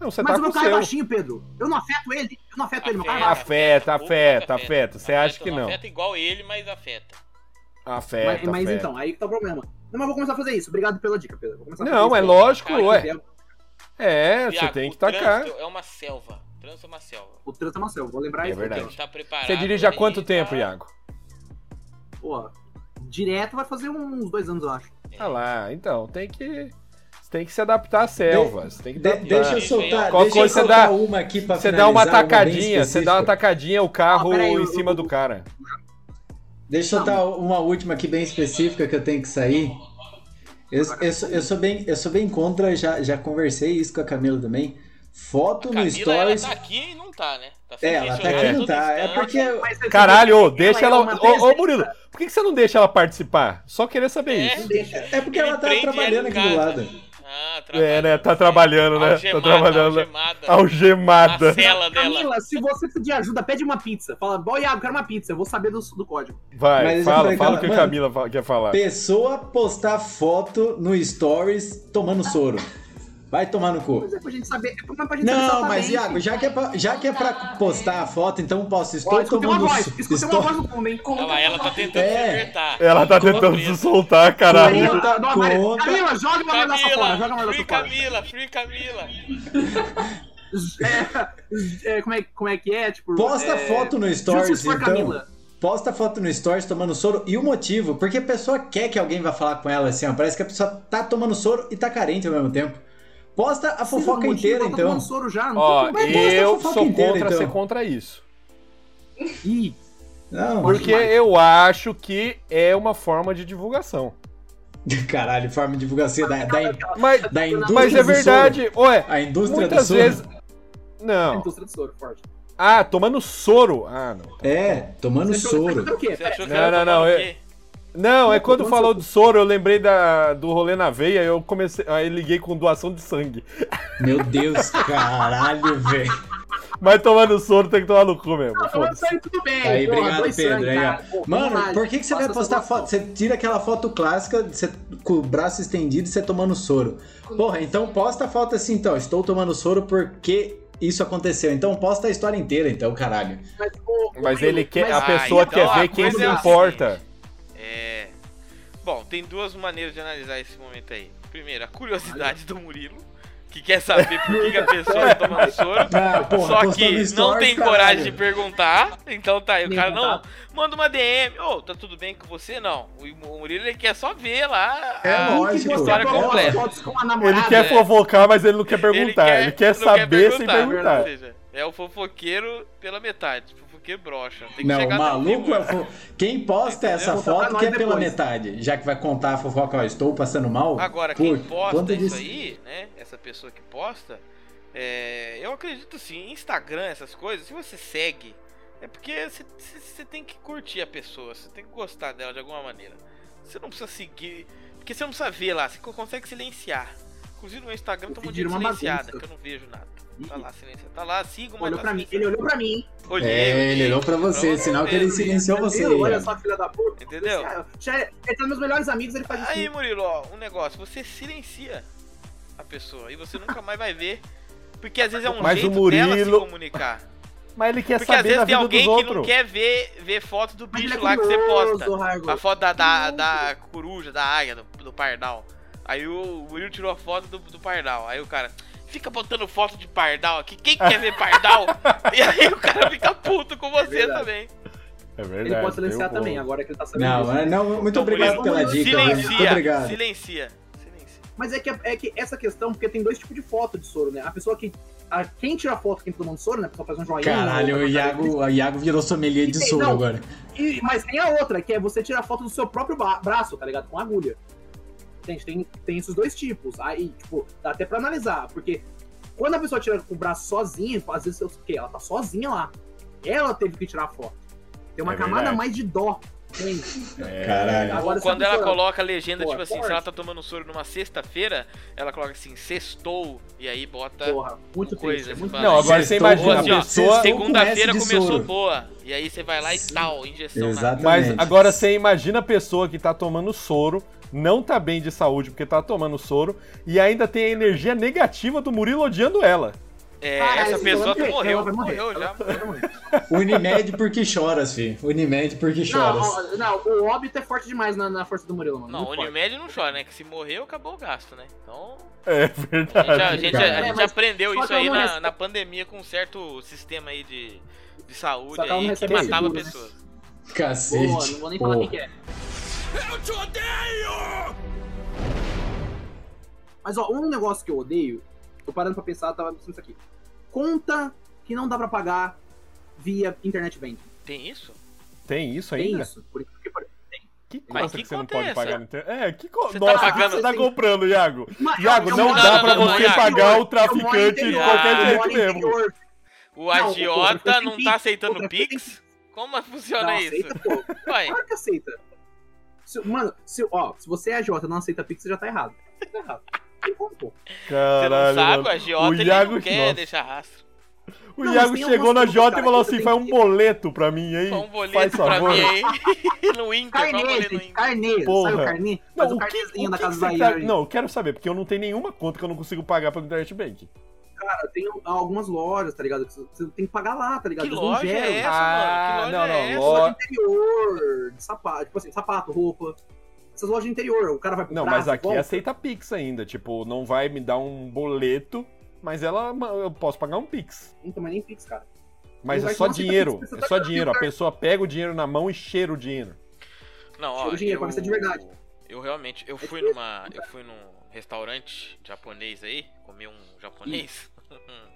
Speaker 3: Não, você tá
Speaker 4: Mas
Speaker 3: com
Speaker 4: o
Speaker 3: o
Speaker 4: meu carro é
Speaker 3: seu.
Speaker 4: baixinho, Pedro. Eu não afeto ele, eu não afeto ele, meu carro é baixo.
Speaker 3: Afeta,
Speaker 1: pouco,
Speaker 3: afeta, afeta. Você acha que não?
Speaker 1: Afeta igual ele, mas afeta.
Speaker 4: Mas,
Speaker 3: Afeta,
Speaker 4: mas
Speaker 3: afeta.
Speaker 4: então, aí que tá o problema. Não, mas eu vou começar a fazer isso. Obrigado pela dica, Pedro. Vou começar a
Speaker 3: Não,
Speaker 4: fazer
Speaker 3: é
Speaker 4: isso.
Speaker 3: lógico,
Speaker 1: Cara,
Speaker 3: ué.
Speaker 4: Porque
Speaker 3: É, você
Speaker 1: Iago,
Speaker 3: tem que
Speaker 1: o
Speaker 3: tacar.
Speaker 1: trânsito É uma selva. O Trânsito é uma selva.
Speaker 4: O trânsito é uma selva, vou lembrar
Speaker 3: É
Speaker 4: isso.
Speaker 3: verdade.
Speaker 1: Você tá preparado.
Speaker 3: Você dirige há
Speaker 1: aí
Speaker 3: quanto
Speaker 1: pra- tá?
Speaker 3: tempo, Iago?
Speaker 4: porque, Pô, direto vai fazer uns dois anos, eu acho.
Speaker 1: É.
Speaker 3: Ah lá, então, tem que. Você tem que se adaptar à selva. Você tem que
Speaker 2: De-
Speaker 3: adaptar.
Speaker 2: deixa eu
Speaker 1: Tá.
Speaker 2: soltar,
Speaker 3: Qual
Speaker 2: deixa eu
Speaker 3: coisa você
Speaker 2: soltar
Speaker 3: dá-
Speaker 2: uma aqui pra
Speaker 3: Você dá uma
Speaker 2: finalizar, bem
Speaker 3: tacadinha, você dá uma
Speaker 2: específica.
Speaker 3: tacadinha, o carro
Speaker 4: Ah, peraí,
Speaker 3: em
Speaker 4: eu-
Speaker 3: cima do cara.
Speaker 2: Deixa eu
Speaker 4: Não.
Speaker 2: dar uma última aqui bem específica que eu tenho que sair. Eu, eu, sou- eu sou, bem, eu sou bem contra, já, já conversei isso com a Camila também. Foto no
Speaker 1: Camila, ela
Speaker 2: Stories.
Speaker 1: tá aqui e não tá, né? Tá
Speaker 2: É, ela tá aqui
Speaker 1: censurando
Speaker 2: não
Speaker 1: todo
Speaker 2: tá. É
Speaker 1: instante.
Speaker 2: porque.
Speaker 4: Mas você-
Speaker 3: Caralho, ô, deixa ela.
Speaker 4: é
Speaker 3: Ô,
Speaker 4: uma
Speaker 3: ô,
Speaker 4: presença.
Speaker 3: Murilo, por que que você não deixa ela participar? Só querer
Speaker 1: É,
Speaker 3: saber isso.
Speaker 2: É porque
Speaker 1: Ele
Speaker 2: ela tá
Speaker 1: prende
Speaker 2: trabalhando
Speaker 1: ela em
Speaker 2: aqui do
Speaker 1: casa.
Speaker 2: lado.
Speaker 1: Ah,
Speaker 3: É, né? Tá
Speaker 1: sim.
Speaker 3: trabalhando, né? Tá
Speaker 1: Algemada,
Speaker 3: trabalhando.
Speaker 1: Algemada. Tá
Speaker 3: Algemada.
Speaker 1: Na cela dela.
Speaker 4: Camila, se você pedir ajuda, pede uma pizza. Fala, bom, Iago, quero uma pizza. Eu vou saber do, do código.
Speaker 2: Mas
Speaker 3: Vai,
Speaker 2: eu
Speaker 3: fala,
Speaker 2: falei,
Speaker 3: fala o que a
Speaker 2: mano,
Speaker 3: Camila fa- quer falar.
Speaker 2: Pessoa postar foto no Stories tomando soro. Vai tomar no cu.
Speaker 4: Mas é pra gente saber. É pra gente saber se ela
Speaker 2: Não,
Speaker 4: tá
Speaker 2: mas
Speaker 4: bem.
Speaker 2: Iago, já que é pra, já que é pra postar a foto, então posso.
Speaker 4: Ó,
Speaker 2: Estou
Speaker 4: escutei uma
Speaker 2: tomando
Speaker 4: voz.
Speaker 2: so-
Speaker 4: Escutei
Speaker 2: Estou...
Speaker 4: uma voz no fundo, hein?
Speaker 1: Olha lá, ela tá tentando
Speaker 2: É.
Speaker 1: se libertar.
Speaker 3: Ela tá tentando se soltar, caralho.
Speaker 2: Conta,
Speaker 4: Camila, não, Maria-
Speaker 2: conta.
Speaker 4: Camila, joga uma mordaça fora. Joga uma
Speaker 1: Camila,
Speaker 4: mordaça
Speaker 1: free
Speaker 4: fora.
Speaker 1: Camila, free Camila.
Speaker 4: É, é, como, é, como é que é? Tipo,
Speaker 2: Posta
Speaker 4: é,
Speaker 2: foto no
Speaker 4: Justiça
Speaker 2: Stories,
Speaker 4: for
Speaker 2: então.
Speaker 4: Camila.
Speaker 2: Posta foto no Stories tomando soro e o motivo, porque a pessoa quer que alguém vá falar com ela assim, ó. Parece que a pessoa tá tomando soro e tá carente ao mesmo tempo. Posta a fofoca
Speaker 4: Sim, o
Speaker 2: inteira,
Speaker 4: motivo, tá
Speaker 2: então.
Speaker 4: tomando soro já, não
Speaker 3: Ó,
Speaker 4: tem como-
Speaker 2: Mas posta a
Speaker 3: eu
Speaker 2: fofoca
Speaker 3: sou
Speaker 2: inteira,
Speaker 3: contra
Speaker 2: então.
Speaker 3: ser contra isso.
Speaker 4: Ih,
Speaker 2: Não,
Speaker 4: Por-
Speaker 3: Porque eu acho que é uma forma de divulgação.
Speaker 2: caralho, forma de divulgação da, da,
Speaker 3: Mas,
Speaker 2: da indústria.
Speaker 3: mas é
Speaker 2: do soro.
Speaker 3: verdade, ué,
Speaker 2: A indústria do
Speaker 3: muitas
Speaker 2: soro.
Speaker 3: vezes. Não.
Speaker 4: indústria de um soro,
Speaker 2: Tá
Speaker 4: forte.
Speaker 3: Ah, tomando soro. Ah, não.
Speaker 2: É, tomando
Speaker 4: Você achou-
Speaker 2: soro.
Speaker 4: você achou que era o
Speaker 1: Você
Speaker 4: quê?
Speaker 1: achou que
Speaker 3: Não,
Speaker 1: ela
Speaker 3: não,
Speaker 1: tá
Speaker 3: não,
Speaker 1: falando
Speaker 3: eu-
Speaker 1: o quê?
Speaker 3: Não, é quando
Speaker 4: tomando
Speaker 3: falou
Speaker 4: soro.
Speaker 3: do soro, eu lembrei da, do rolê na veia, eu comecei. Aí liguei com doação de sangue.
Speaker 2: Meu Deus, caralho, velho.
Speaker 3: Mas tomando soro tem que tomar no cu
Speaker 1: Ah,
Speaker 3: mesmo.
Speaker 4: Não, mas
Speaker 3: foda-se.
Speaker 4: sangue tudo bem.
Speaker 2: tá Aí,
Speaker 4: porra,
Speaker 2: obrigado,
Speaker 4: É, dois
Speaker 2: Pedro,
Speaker 4: sangue,
Speaker 2: aí, ó.
Speaker 4: cara. Pô,
Speaker 2: Mano,
Speaker 4: vamos
Speaker 2: por
Speaker 4: lá,
Speaker 2: que, que você vai
Speaker 4: faça
Speaker 2: postar
Speaker 4: sua
Speaker 2: foto? Você tira aquela foto clássica você, com o braço estendido e você tomando soro. Porra, então posta a foto assim, então. Estou tomando soro porque isso aconteceu. Então posta a história inteira, então, caralho.
Speaker 4: Mas,
Speaker 1: é
Speaker 4: o- o-
Speaker 3: Mas ele quer.
Speaker 1: mas-
Speaker 3: A pessoa
Speaker 1: Ah, então
Speaker 3: quer
Speaker 1: a
Speaker 3: ver quem
Speaker 1: coisa
Speaker 3: se
Speaker 1: é o
Speaker 3: importa.
Speaker 1: É. Bom, tem duas maneiras de analisar esse momento aí. Primeiro, a curiosidade do Murilo, que quer saber por que, que a pessoa tá tomando soro.
Speaker 2: Ah, porra,
Speaker 1: Só
Speaker 2: postou
Speaker 1: que
Speaker 2: no
Speaker 1: não
Speaker 2: stories,
Speaker 1: tem
Speaker 2: caralho.
Speaker 1: coragem de perguntar, então tá aí, o
Speaker 4: Nem
Speaker 1: cara não.
Speaker 4: contato.
Speaker 1: Manda uma DM, ô, tá tudo bem com você? Não. O Murilo ele quer só ver lá.
Speaker 2: É
Speaker 1: a-
Speaker 2: lógico,
Speaker 1: história
Speaker 2: é
Speaker 1: completa.
Speaker 4: fotos com a namorada.
Speaker 3: Ele quer
Speaker 1: é.
Speaker 3: fofocar, mas ele não quer perguntar. Ele quer,
Speaker 1: não quer
Speaker 3: saber sem perguntar.
Speaker 1: Ou seja, é o fofoqueiro pela metade, fofoqueiro brocha. Tem que
Speaker 2: Não,
Speaker 1: chegar até o
Speaker 2: maluco
Speaker 1: fim,
Speaker 2: é fo... Quem posta essa
Speaker 4: Vou contar
Speaker 2: foto que é
Speaker 4: nós
Speaker 2: pela
Speaker 4: depois.
Speaker 2: metade, já que vai contar a fofoca, ó, estou passando mal.
Speaker 1: Agora,
Speaker 2: Pô,
Speaker 1: quem posta
Speaker 2: quanto
Speaker 1: isso
Speaker 2: disso- É,
Speaker 1: aí, né? Essa pessoa que posta, é, eu acredito assim, Instagram, essas coisas, se você segue, é porque você- você você tem que curtir a pessoa, você tem que gostar dela de alguma maneira. Você não precisa seguir, porque você não precisa ver lá, você co- consegue silenciar. Inclusive no Instagram tá um monte de
Speaker 4: Vira uma
Speaker 1: silenciada,
Speaker 4: bagunça.
Speaker 1: que eu não vejo nada. Tá lá, silencia. Tá lá, sigo, mas
Speaker 4: Olhou
Speaker 1: tá
Speaker 4: pra mim. Ele
Speaker 1: silenciado.
Speaker 4: olhou pra mim.
Speaker 1: Olhei,
Speaker 2: É, ele
Speaker 1: olhei.
Speaker 2: olhou pra você, sinal que ele
Speaker 1: mesmo.
Speaker 2: silenciou você.
Speaker 4: Entendeu? Olha só, filha da puta.
Speaker 1: Entendeu?
Speaker 4: Já é, entre os meus melhores amigos, ele faz isso.
Speaker 1: Aí, Murilo, ó, um negócio, você silencia a pessoa e você nunca mais vai ver. Porque às vezes é um
Speaker 3: Mas o
Speaker 1: jeito dela se
Speaker 3: Murilo-
Speaker 1: comunicar.
Speaker 3: Mas ele quer
Speaker 1: Porque às
Speaker 3: saber da
Speaker 1: vezes tem
Speaker 3: vida
Speaker 1: alguém
Speaker 3: dos
Speaker 1: que não
Speaker 3: outros.
Speaker 1: quer ver, ver foto do
Speaker 4: Mas ele
Speaker 1: bicho
Speaker 4: é
Speaker 1: lá que você
Speaker 4: curioso,
Speaker 1: posta.
Speaker 4: Raigo.
Speaker 1: A foto da, da, da coruja, da águia, do, do pardal. Aí o Murilo tirou a foto do, do pardal. Aí o cara, fica botando foto de pardal aqui, quem quer ver pardal? e aí o cara fica puto com você
Speaker 4: verdade.
Speaker 1: também.
Speaker 3: É verdade.
Speaker 4: Ele pode
Speaker 3: tem um
Speaker 4: silenciar
Speaker 3: ponto.
Speaker 4: também, agora que ele tá sabendo.
Speaker 2: Não, é
Speaker 4: disso.
Speaker 2: mas não, muito
Speaker 1: Então,
Speaker 2: obrigado
Speaker 1: Murilo,
Speaker 2: pela dica. Bruno. Muito
Speaker 1: Silencia,
Speaker 2: obrigado.
Speaker 1: silencia, silencia.
Speaker 4: Mas é que, é que essa questão, porque tem dois tipos de foto de soro, né? A pessoa que. A, quem tira foto, quem tomando soro, né? A pessoa faz um joinha.
Speaker 2: Caralho, o
Speaker 4: outra faz-
Speaker 2: Iago, o Iago virou sommelier de
Speaker 4: Não.
Speaker 2: soro agora.
Speaker 4: E- mas tem a outra, que é você tirar foto do seu próprio ba- braço, tá ligado? Com agulha. Gente, tem, tem esses dois tipos. Aí, tipo, dá até pra analisar, porque quando a pessoa tira com o braço sozinha, às vezes, eu- o quê? Ela tá sozinha lá. Ela teve que tirar foto. Tem uma
Speaker 3: É
Speaker 4: camada
Speaker 3: verdade.
Speaker 4: mais de dó. entende?
Speaker 3: É.
Speaker 2: Caralho.
Speaker 4: Agora, se a
Speaker 1: Quando ela
Speaker 4: pessoa-
Speaker 1: coloca a legenda,
Speaker 4: Pô,
Speaker 1: tipo assim, se
Speaker 4: é? forte.
Speaker 1: ela tá tomando soro numa sexta-feira, ela coloca assim, sextou, e aí bota.
Speaker 4: Porra, muito
Speaker 1: Tá Coisa, né?
Speaker 4: triste. É muito
Speaker 1: mano.
Speaker 5: Não, agora você
Speaker 2: Sextou
Speaker 1: Ou
Speaker 5: imagina
Speaker 1: assim,
Speaker 5: a
Speaker 1: ó,
Speaker 5: pessoa.
Speaker 2: sextou-
Speaker 1: segunda-feira
Speaker 2: comece de
Speaker 1: começou
Speaker 2: soro.
Speaker 1: boa. E aí você vai lá e tal, injeção
Speaker 2: Exatamente.
Speaker 3: Mas agora você imagina a pessoa que tá tomando soro, não tá bem de saúde porque tá tomando soro, e ainda tem a energia negativa do Murilo odiando ela.
Speaker 1: na. É,
Speaker 4: Caralho,
Speaker 1: essa
Speaker 4: ela
Speaker 1: pessoa
Speaker 4: vai morrer,
Speaker 1: morreu,
Speaker 4: ela vai morrer,
Speaker 1: morreu já.
Speaker 4: ela tá vai morrer.
Speaker 2: Unimed porque choras, fi. Unimed porque
Speaker 4: Não,
Speaker 2: choras.
Speaker 4: ó, não, o óbito é forte demais na, na força do Murilo, mano.
Speaker 1: Não,
Speaker 4: muito
Speaker 1: o
Speaker 4: forte.
Speaker 1: Unimed não chora, né? Que se morreu, acabou o gasto, né? Então.
Speaker 3: É
Speaker 1: A gente,
Speaker 3: verdade.
Speaker 1: a- a gente- a
Speaker 2: Cara.
Speaker 1: gente
Speaker 4: É, mas
Speaker 1: aprendeu
Speaker 4: só
Speaker 1: isso
Speaker 4: que ela
Speaker 1: aí
Speaker 4: não
Speaker 1: na,
Speaker 4: recebe-
Speaker 1: na pandemia com um certo sistema aí de, de saúde
Speaker 4: Só que ela
Speaker 1: aí
Speaker 4: não
Speaker 1: que
Speaker 4: recebe
Speaker 1: matava
Speaker 4: seguro, né?
Speaker 1: pessoas.
Speaker 2: Cacete.
Speaker 4: Boa, não vou nem falar
Speaker 2: Pô.
Speaker 4: quem que é. Mas ó, um negócio que eu odeio, tô parando pra pensar, tava pensando isso aqui. Conta que não dá pra pagar via internet banking.
Speaker 1: Tem isso?
Speaker 3: Tem isso
Speaker 4: Tem
Speaker 3: ainda?
Speaker 4: isso? Por incrível que pareça.
Speaker 3: Que
Speaker 1: Mas
Speaker 3: coisa
Speaker 1: que
Speaker 3: que, você não
Speaker 1: conta é
Speaker 3: pode
Speaker 1: essa?
Speaker 3: pagar no inter... É, que co...
Speaker 1: Você tá
Speaker 3: Nossa,
Speaker 1: pagando-
Speaker 3: você tá comprando, Iago.
Speaker 4: Mas é um
Speaker 3: Iago,
Speaker 4: eu- eu
Speaker 3: não
Speaker 4: moro-
Speaker 3: dá
Speaker 1: não,
Speaker 3: pra
Speaker 1: não,
Speaker 3: você
Speaker 1: Iago.
Speaker 3: pagar o
Speaker 4: eu moro no
Speaker 3: traficante de
Speaker 4: interior,
Speaker 3: qualquer
Speaker 4: eu moro
Speaker 3: jeito
Speaker 4: no
Speaker 3: mesmo.
Speaker 4: interior.
Speaker 1: O
Speaker 4: Não,
Speaker 1: agiota
Speaker 4: outra,
Speaker 1: não
Speaker 4: tem
Speaker 1: tá
Speaker 4: Pix,
Speaker 1: aceitando
Speaker 4: outra, tem
Speaker 1: Pix? Como é que
Speaker 4: Não,
Speaker 1: funciona isso?
Speaker 4: aceita, pô.
Speaker 1: Vai.
Speaker 4: Claro que aceita. Se- mano, se, ó, se você é a Jota e não aceita Pix, você já tá errado. Você tá errado. Tem como, pô.
Speaker 1: Você não
Speaker 3: Caralho,
Speaker 1: sabe,
Speaker 3: mano.
Speaker 1: o agiota
Speaker 3: O
Speaker 1: ele
Speaker 3: Iago-
Speaker 1: não quer
Speaker 3: Nossa.
Speaker 1: deixar rastro.
Speaker 3: O
Speaker 4: Não,
Speaker 3: Iago
Speaker 4: mas tem
Speaker 3: chegou
Speaker 4: algumas
Speaker 3: na
Speaker 4: coisas,
Speaker 3: Jota e
Speaker 4: cara,
Speaker 3: falou
Speaker 4: que você
Speaker 3: assim,
Speaker 4: tem
Speaker 3: faz um
Speaker 4: que-
Speaker 3: boleto pra mim aí,
Speaker 1: Só um
Speaker 3: faz
Speaker 1: boleto pra
Speaker 3: favor.
Speaker 1: mim aí. No Inter, só um boleto no
Speaker 4: Carnê,
Speaker 1: Inter.
Speaker 4: carnê,
Speaker 3: Porra.
Speaker 4: sabe o carnê?
Speaker 3: Não,
Speaker 4: Faz
Speaker 3: o
Speaker 4: o
Speaker 3: que, o
Speaker 4: carnêzinho na
Speaker 3: que
Speaker 4: casa
Speaker 3: você
Speaker 4: da
Speaker 3: tá-
Speaker 4: Ian.
Speaker 3: Não, eu quero saber, porque eu não tenho nenhuma conta que eu não consigo pagar pelo Internet Bank.
Speaker 4: Cara, tem algumas lojas, tá ligado? Que Você tem que pagar lá, tá ligado?
Speaker 1: Que
Speaker 4: Eles não
Speaker 1: loja
Speaker 4: geram.
Speaker 1: é essa, mano?
Speaker 3: Ah,
Speaker 1: Que loja
Speaker 3: não,
Speaker 1: é essa?
Speaker 3: não, loja-
Speaker 4: Loja de interior, de sapato, tipo assim, sapato, roupa. Essas lojas de interior, o cara vai pro
Speaker 3: Não,
Speaker 4: praça,
Speaker 3: mas aqui
Speaker 4: volta.
Speaker 3: aceita Pix ainda. Tipo, não vai me dar um boleto, mas ela eu posso pagar um Pix.
Speaker 4: Não toma nem Pix, cara.
Speaker 3: Mas
Speaker 4: Não
Speaker 3: é
Speaker 4: vai-
Speaker 3: só
Speaker 4: não aceita
Speaker 3: dinheiro.
Speaker 4: Pix, você
Speaker 3: É
Speaker 4: tá
Speaker 3: só
Speaker 4: dando
Speaker 3: dinheiro. A
Speaker 4: dinheiro.
Speaker 3: pessoa pega o dinheiro na mão e cheira o dinheiro.
Speaker 1: Não, ó,
Speaker 4: Tira o dinheiro, pode ser de verdade.
Speaker 1: Eu realmente, eu fui numa, eu fui num restaurante japonês aí, comi um japonês.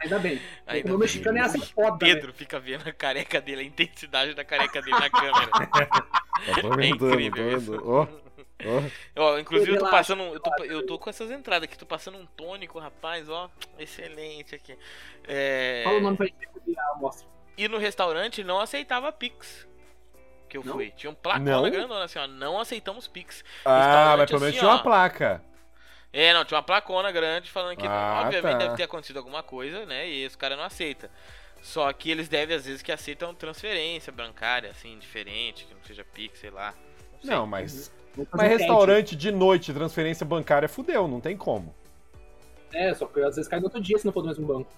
Speaker 4: Ainda bem.
Speaker 1: Ainda
Speaker 4: o meu
Speaker 1: bem.
Speaker 4: mexicano é essa foda, né?
Speaker 1: Pedro fica vendo a careca dele, a intensidade da careca dele na câmera. É incrível isso. Ó, inclusive eu tô
Speaker 4: Relaxa,
Speaker 1: passando, eu tô, eu tô com essas entradas aqui, tô passando um tônico, rapaz, ó, excelente aqui. É...
Speaker 4: Fala o nome pra gente ver ah, se a amostra.
Speaker 1: E no restaurante não aceitava Pix. Que eu
Speaker 4: Não?
Speaker 1: fui. Tinha um placão
Speaker 3: Não?
Speaker 1: grandona assim, ó. Não aceitamos Pix.
Speaker 3: Ah,
Speaker 1: Restaurante
Speaker 3: mas pelo menos
Speaker 1: assim,
Speaker 3: tinha
Speaker 1: ó.
Speaker 3: uma placa.
Speaker 1: É, não, tinha uma placona grande falando que
Speaker 3: Ah,
Speaker 1: obviamente
Speaker 3: tá.
Speaker 1: deve ter acontecido alguma coisa, né? E esse cara não aceita. Só que eles devem, às vezes, que aceitam transferência bancária, assim, diferente, que não seja Pix, sei lá. Não, sei.
Speaker 3: Não, mas.
Speaker 4: Vamos fazer
Speaker 3: Mas
Speaker 4: um
Speaker 3: restaurante de noite, transferência bancária, fudeu, não tem como.
Speaker 4: né? teste. É, só que às vezes cai no outro dia se não for do mesmo banco.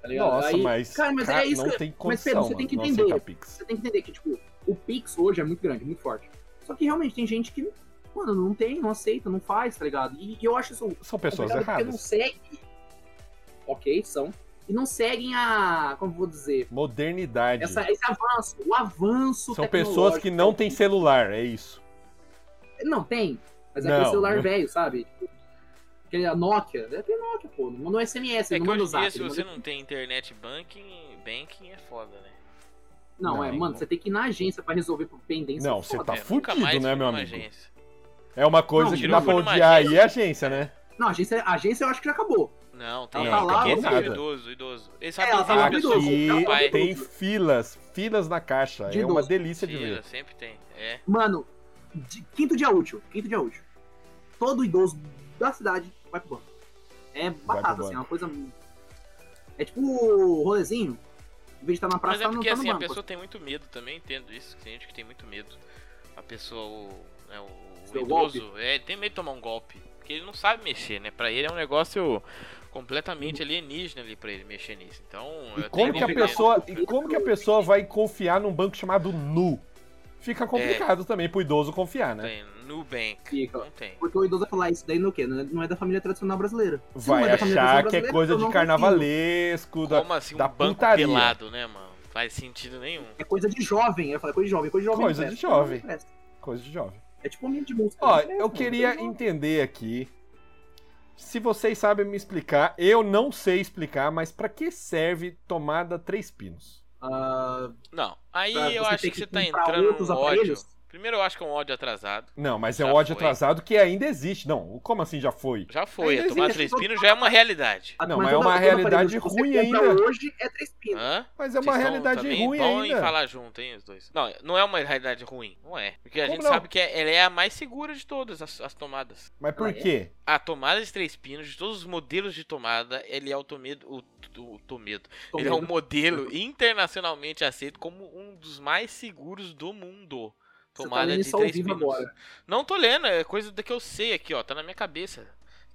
Speaker 4: tá ligado?
Speaker 3: Nossa,
Speaker 4: Aí-
Speaker 3: mas,
Speaker 4: cara, mas é isso
Speaker 3: não
Speaker 4: que-
Speaker 3: tem
Speaker 4: mas,
Speaker 3: condição,
Speaker 4: Pedro, você
Speaker 3: mano.
Speaker 4: tem que
Speaker 3: não
Speaker 4: entender.
Speaker 3: Capix.
Speaker 4: você tem que entender que, tipo, o Pix hoje é muito grande, muito forte. Só que realmente tem gente que, mano, não tem, não aceita, não faz, tá ligado? E, e eu acho isso
Speaker 3: São pessoas
Speaker 4: complicado porque não
Speaker 3: erradas.
Speaker 4: segue. Ok, são. E não seguem a. Como vou dizer?
Speaker 3: Modernidade.
Speaker 4: Essa, é esse avanço, o avanço.
Speaker 3: São pessoas que não têm
Speaker 4: tecnológico.
Speaker 3: celular, é isso.
Speaker 4: Não, tem. Mas é
Speaker 3: Não.
Speaker 4: aquele celular velho, sabe? Aquele a Nokia. Deve ter Nokia, pô. Não manda um SMS,
Speaker 1: É
Speaker 4: não
Speaker 1: que
Speaker 4: manda
Speaker 1: hoje
Speaker 4: o
Speaker 1: em dia,
Speaker 4: zap.
Speaker 1: se
Speaker 4: não
Speaker 1: você
Speaker 4: manda-
Speaker 1: não tem internet banking, banking é foda, né?
Speaker 4: Não,
Speaker 3: Não,
Speaker 4: é,
Speaker 3: hein,
Speaker 4: mano,
Speaker 3: pô.
Speaker 4: você tem que ir na agência pra resolver por pendência.
Speaker 3: Não, você
Speaker 4: foda.
Speaker 3: tá
Speaker 1: É, nunca
Speaker 3: fudido,
Speaker 1: mais
Speaker 3: né,
Speaker 1: fui
Speaker 3: meu
Speaker 1: numa
Speaker 3: amigo?
Speaker 1: agência.
Speaker 3: É uma coisa
Speaker 4: Não,
Speaker 3: que
Speaker 4: tirou
Speaker 3: dá
Speaker 4: o
Speaker 3: pra
Speaker 1: olho, mas
Speaker 3: odiar
Speaker 1: é
Speaker 3: aí é a agência, né?
Speaker 4: Não, a agência, a agência eu acho que já acabou.
Speaker 1: Não, tem
Speaker 4: Ela
Speaker 1: gente
Speaker 4: tá lá,
Speaker 1: que é
Speaker 3: nada.
Speaker 1: idoso, idoso. Ele
Speaker 4: É,
Speaker 1: sabe
Speaker 4: ela
Speaker 1: que
Speaker 4: tá lá,
Speaker 1: as pessoas
Speaker 4: idoso.
Speaker 3: Aqui
Speaker 1: com o pai.
Speaker 3: tem filas, filas na caixa.
Speaker 4: De
Speaker 3: é uma
Speaker 4: idoso.
Speaker 3: delícia de
Speaker 1: Tira,
Speaker 3: ver.
Speaker 1: sempre tem. É.
Speaker 4: Mano, de- quinto dia útil, quinto dia útil. Todo idoso da cidade vai pro banco. É batata,
Speaker 3: pro
Speaker 4: assim, é uma coisa. É tipo o rolezinho. Em vez de estar na praça,
Speaker 1: Mas é
Speaker 4: tá no,
Speaker 1: porque
Speaker 4: tá no
Speaker 1: assim, a
Speaker 4: banco.
Speaker 1: pessoa tem muito medo também, entendo isso. que Tem gente que tem muito medo. A pessoa, o, né, o, o
Speaker 4: Seu
Speaker 1: idoso, é, tem medo de tomar um golpe. Porque ele não sabe mexer, né? Pra ele é um negócio completamente alienígena ali pra ele mexer nisso. Então,
Speaker 3: E
Speaker 1: eu
Speaker 3: como
Speaker 1: tenho
Speaker 3: que a
Speaker 1: medo.
Speaker 3: pessoa, e como que a pessoa vai confiar num banco chamado Nu? Fica complicado também pro idoso confiar, né?
Speaker 1: Tem Nubank.
Speaker 4: Fica.
Speaker 1: Não tem.
Speaker 4: Porque o idoso vai falar isso daí no quê? Não é, não é da família tradicional brasileira. Se não
Speaker 3: Vai
Speaker 4: é da família
Speaker 3: achar
Speaker 4: tradicional
Speaker 3: que é
Speaker 4: brasileira,
Speaker 3: coisa
Speaker 4: eu não
Speaker 3: de
Speaker 4: confio.
Speaker 3: carnavalesco, da
Speaker 1: Como assim um
Speaker 3: da
Speaker 1: banco
Speaker 3: putaria.
Speaker 1: pelado, né, mano? Não Faz sentido nenhum.
Speaker 4: É coisa de jovem. Eu falei, coisa de jovem, coisa de jovem.
Speaker 3: Coisa
Speaker 4: não
Speaker 3: de
Speaker 4: presta, não
Speaker 3: jovem.
Speaker 4: presta.
Speaker 3: coisa de jovem.
Speaker 4: É tipo um ambiente de música.
Speaker 3: Ó,
Speaker 4: Não presta,
Speaker 3: eu
Speaker 4: não,
Speaker 3: queria
Speaker 4: coisa de jovem.
Speaker 3: entender aqui. Se vocês sabem me explicar, eu não sei explicar, mas pra que serve tomada três pinos?
Speaker 4: Ah,
Speaker 1: Não. Aí
Speaker 4: pra
Speaker 1: eu
Speaker 4: você
Speaker 1: acho
Speaker 4: ter
Speaker 1: que você tá
Speaker 4: comprar
Speaker 1: entrando
Speaker 4: outros
Speaker 1: num ódio.
Speaker 4: aparelhos?
Speaker 1: Primeiro eu acho que é um ódio atrasado.
Speaker 3: Não, mas é
Speaker 1: Já
Speaker 3: um
Speaker 1: foi.
Speaker 3: ódio atrasado que ainda existe. Não, como assim já foi?
Speaker 1: Já foi.
Speaker 3: Ainda
Speaker 1: A tomada
Speaker 3: existe.
Speaker 1: três pinos já é uma realidade.
Speaker 4: Ah,
Speaker 3: Não,
Speaker 4: mas
Speaker 3: mas é
Speaker 4: toda-
Speaker 3: uma
Speaker 4: toda
Speaker 3: realidade
Speaker 4: aparelho que você
Speaker 3: ruim
Speaker 4: compra
Speaker 3: ainda.
Speaker 4: hoje é três pinos.
Speaker 1: Hã?
Speaker 3: Mas é
Speaker 1: Vocês
Speaker 3: uma
Speaker 1: são
Speaker 3: realidade
Speaker 1: também
Speaker 3: ruim
Speaker 1: bom em
Speaker 3: ainda.
Speaker 1: falar junto, hein, os dois. Não, não é uma realidade ruim. Não é. Porque a
Speaker 3: Como
Speaker 1: gente
Speaker 3: não?
Speaker 1: sabe que é- ela é a mais segura de todas as, as tomadas.
Speaker 3: Mas por
Speaker 4: Ah, é?
Speaker 3: quê?
Speaker 1: A tomada de três pinos, de todos os modelos de tomada, ele é o Tomedo. O, o Tomedo. Ele é um modelo internacionalmente aceito como um dos mais seguros do mundo.
Speaker 4: Você tá
Speaker 1: Tomada de
Speaker 4: lendo isso ao
Speaker 1: três
Speaker 4: vivo
Speaker 1: pinos.
Speaker 4: agora.
Speaker 1: Não tô lendo, é coisa da que eu sei aqui, ó. Tá na minha cabeça.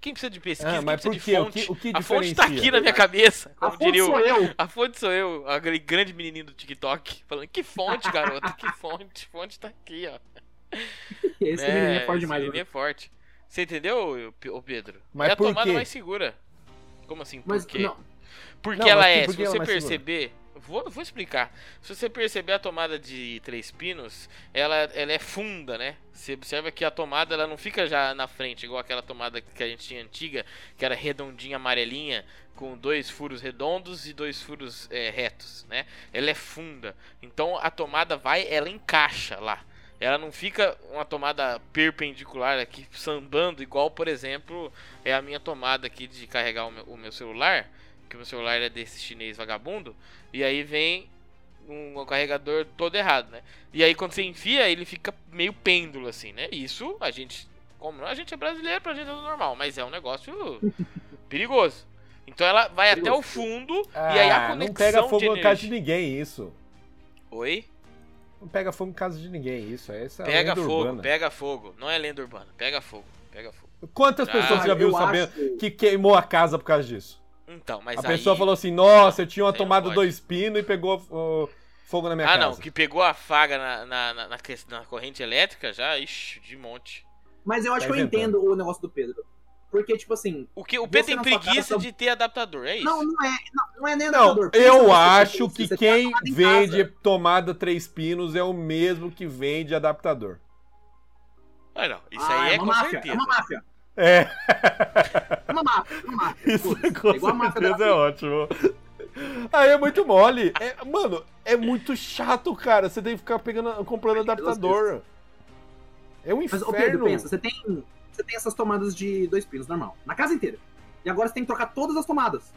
Speaker 1: Quem precisa de pesquisa?
Speaker 3: Ah,
Speaker 1: Quem
Speaker 3: mas
Speaker 1: precisa
Speaker 3: por
Speaker 1: de
Speaker 3: quê? O
Speaker 1: fonte?
Speaker 3: que, o que
Speaker 1: a fonte
Speaker 3: diferencia?
Speaker 1: tá aqui na minha cabeça.
Speaker 4: A
Speaker 1: Como
Speaker 4: fonte é
Speaker 1: diria o,
Speaker 4: sou eu.
Speaker 1: a fonte sou eu, aquele grande menininho do TikTok, falando que fonte, garoto, que fonte, fonte tá aqui, ó.
Speaker 4: Esse menino é forte
Speaker 1: esse
Speaker 4: demais.
Speaker 1: menino é forte. Você entendeu, ô P- ô Pedro?
Speaker 3: Mas
Speaker 1: é a
Speaker 3: por
Speaker 1: tomada
Speaker 3: quê?
Speaker 1: mais segura. Como assim, por
Speaker 4: Mas
Speaker 1: quê?
Speaker 4: não,
Speaker 1: Porque
Speaker 3: Não,
Speaker 1: ela
Speaker 3: mas
Speaker 1: é,
Speaker 3: por
Speaker 1: se
Speaker 3: que ela
Speaker 1: você
Speaker 3: é mais segura?
Speaker 1: perceber, vou, vou explicar. Se você perceber a tomada de três pinos, ela, ela é funda, né? Você observa que a tomada ela não fica já na frente, igual aquela tomada que a gente tinha antiga, que era redondinha, amarelinha, com dois furos redondos e dois furos é, retos, né? Ela é funda. Então a tomada vai, ela encaixa lá. Ela não fica uma tomada perpendicular aqui, sambando, igual, por exemplo, é a minha tomada aqui de carregar o meu- o meu celular que o meu celular é desse chinês vagabundo, e aí vem um carregador todo errado, né? E aí quando você enfia, ele fica meio pêndulo assim, né? Isso a gente, como a gente é brasileiro, pra gente é normal, mas é um negócio perigoso. Então ela vai até o fundo
Speaker 3: Ah,
Speaker 1: e aí a conexão
Speaker 3: não pega
Speaker 1: de
Speaker 3: fogo é na casa de
Speaker 1: energia-
Speaker 3: ninguém, isso.
Speaker 1: Oi?
Speaker 3: Não pega fogo na casa de ninguém, isso. Essa é a
Speaker 1: Pega
Speaker 3: lenda
Speaker 1: fogo,
Speaker 3: urbana.
Speaker 1: pega fogo. Não é lenda urbana, pega fogo, pega fogo.
Speaker 3: Quantas
Speaker 1: Ah,
Speaker 3: pessoas você já
Speaker 4: eu
Speaker 3: viu
Speaker 4: acho-
Speaker 3: sabendo que queimou a casa por causa disso?
Speaker 1: Então, mas
Speaker 3: a
Speaker 1: aí-
Speaker 3: pessoa falou assim: Nossa, eu tinha uma
Speaker 1: Aí não
Speaker 3: tomada
Speaker 1: pode.
Speaker 3: dois pinos e pegou ó, fogo na minha
Speaker 1: ah,
Speaker 3: casa.
Speaker 1: não, que pegou a faga na, na, na, na que- na corrente elétrica já, ixi, de monte.
Speaker 4: Mas eu acho
Speaker 3: Tá
Speaker 4: que eu
Speaker 3: inventando.
Speaker 4: entendo o negócio do Pedro. Porque, tipo assim.
Speaker 1: O, que, o
Speaker 4: Você
Speaker 1: P tem
Speaker 4: na sua
Speaker 1: preguiça
Speaker 4: casa-
Speaker 1: de ter adaptador, é isso?
Speaker 4: Não, não é. Não, não é nem
Speaker 3: Não,
Speaker 4: adaptador. Pensa
Speaker 3: eu
Speaker 4: você,
Speaker 3: acho
Speaker 4: você-
Speaker 3: que
Speaker 4: você tem
Speaker 3: quem
Speaker 4: uma tomada em
Speaker 3: vende
Speaker 4: casa.
Speaker 3: tomada três pinos é o mesmo que vende adaptador.
Speaker 1: Ah, não. Isso
Speaker 4: Ah,
Speaker 1: aí é,
Speaker 4: uma
Speaker 1: com
Speaker 4: máfia,
Speaker 1: certeza.
Speaker 4: É uma máfia.
Speaker 3: É,
Speaker 4: É uma máfia. É uma máfia.
Speaker 3: isso
Speaker 4: Foda-se.
Speaker 3: com
Speaker 4: É igual a máfia da
Speaker 3: certeza é ótimo. Aí é muito mole. É, mano, é muito chato, cara. Você tem que ficar pegando, comprando adaptador. É um
Speaker 4: Mas, ô Pedro,
Speaker 3: inferno.
Speaker 4: pensa, você tem, você tem essas tomadas de dois pinos, normal. Na casa inteira. E agora você tem que trocar todas as tomadas.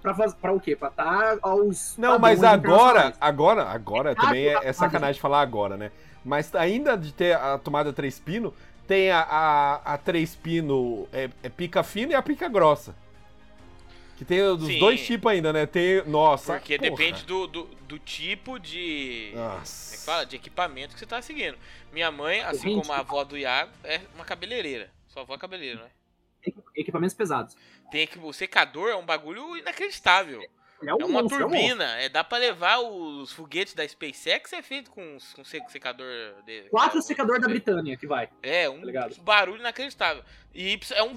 Speaker 4: Pra, faz- pra o quê? Pra estar aos.
Speaker 3: Não,
Speaker 4: padrões
Speaker 3: mas agora,
Speaker 4: internacionais.
Speaker 3: agora, agora também é,
Speaker 4: tá
Speaker 3: é
Speaker 4: falando.
Speaker 3: sacanagem falar agora, né? Mas ainda de ter a tomada três pino, tem a, a, a três pino é, é pica fina e a pica grossa. Que tem os
Speaker 1: Sim.
Speaker 3: dois tipos ainda, né? Tem. Nossa.
Speaker 1: Porque
Speaker 3: porra.
Speaker 1: depende do, do, do tipo de.
Speaker 4: Ah.
Speaker 1: Como é que
Speaker 3: Nossa.
Speaker 1: fala? De equipamento que você tá seguindo. Minha mãe, assim
Speaker 4: Corrente.
Speaker 1: como a avó do Iago, é uma cabeleireira. Sua avó é cabeleireira, né?
Speaker 4: Equipamentos pesados.
Speaker 1: Tem que. O secador é um bagulho inacreditável.
Speaker 4: É, um
Speaker 1: É uma
Speaker 4: monstro, é um monstro.
Speaker 1: turbina. É, dá pra levar os foguetes da SpaceX, é feito com, s- com se- secador de.
Speaker 4: Quatro
Speaker 1: com-
Speaker 4: secador da Britânia que vai.
Speaker 1: É, um
Speaker 4: Tá ligado?
Speaker 1: barulho inacreditável. E isso é um.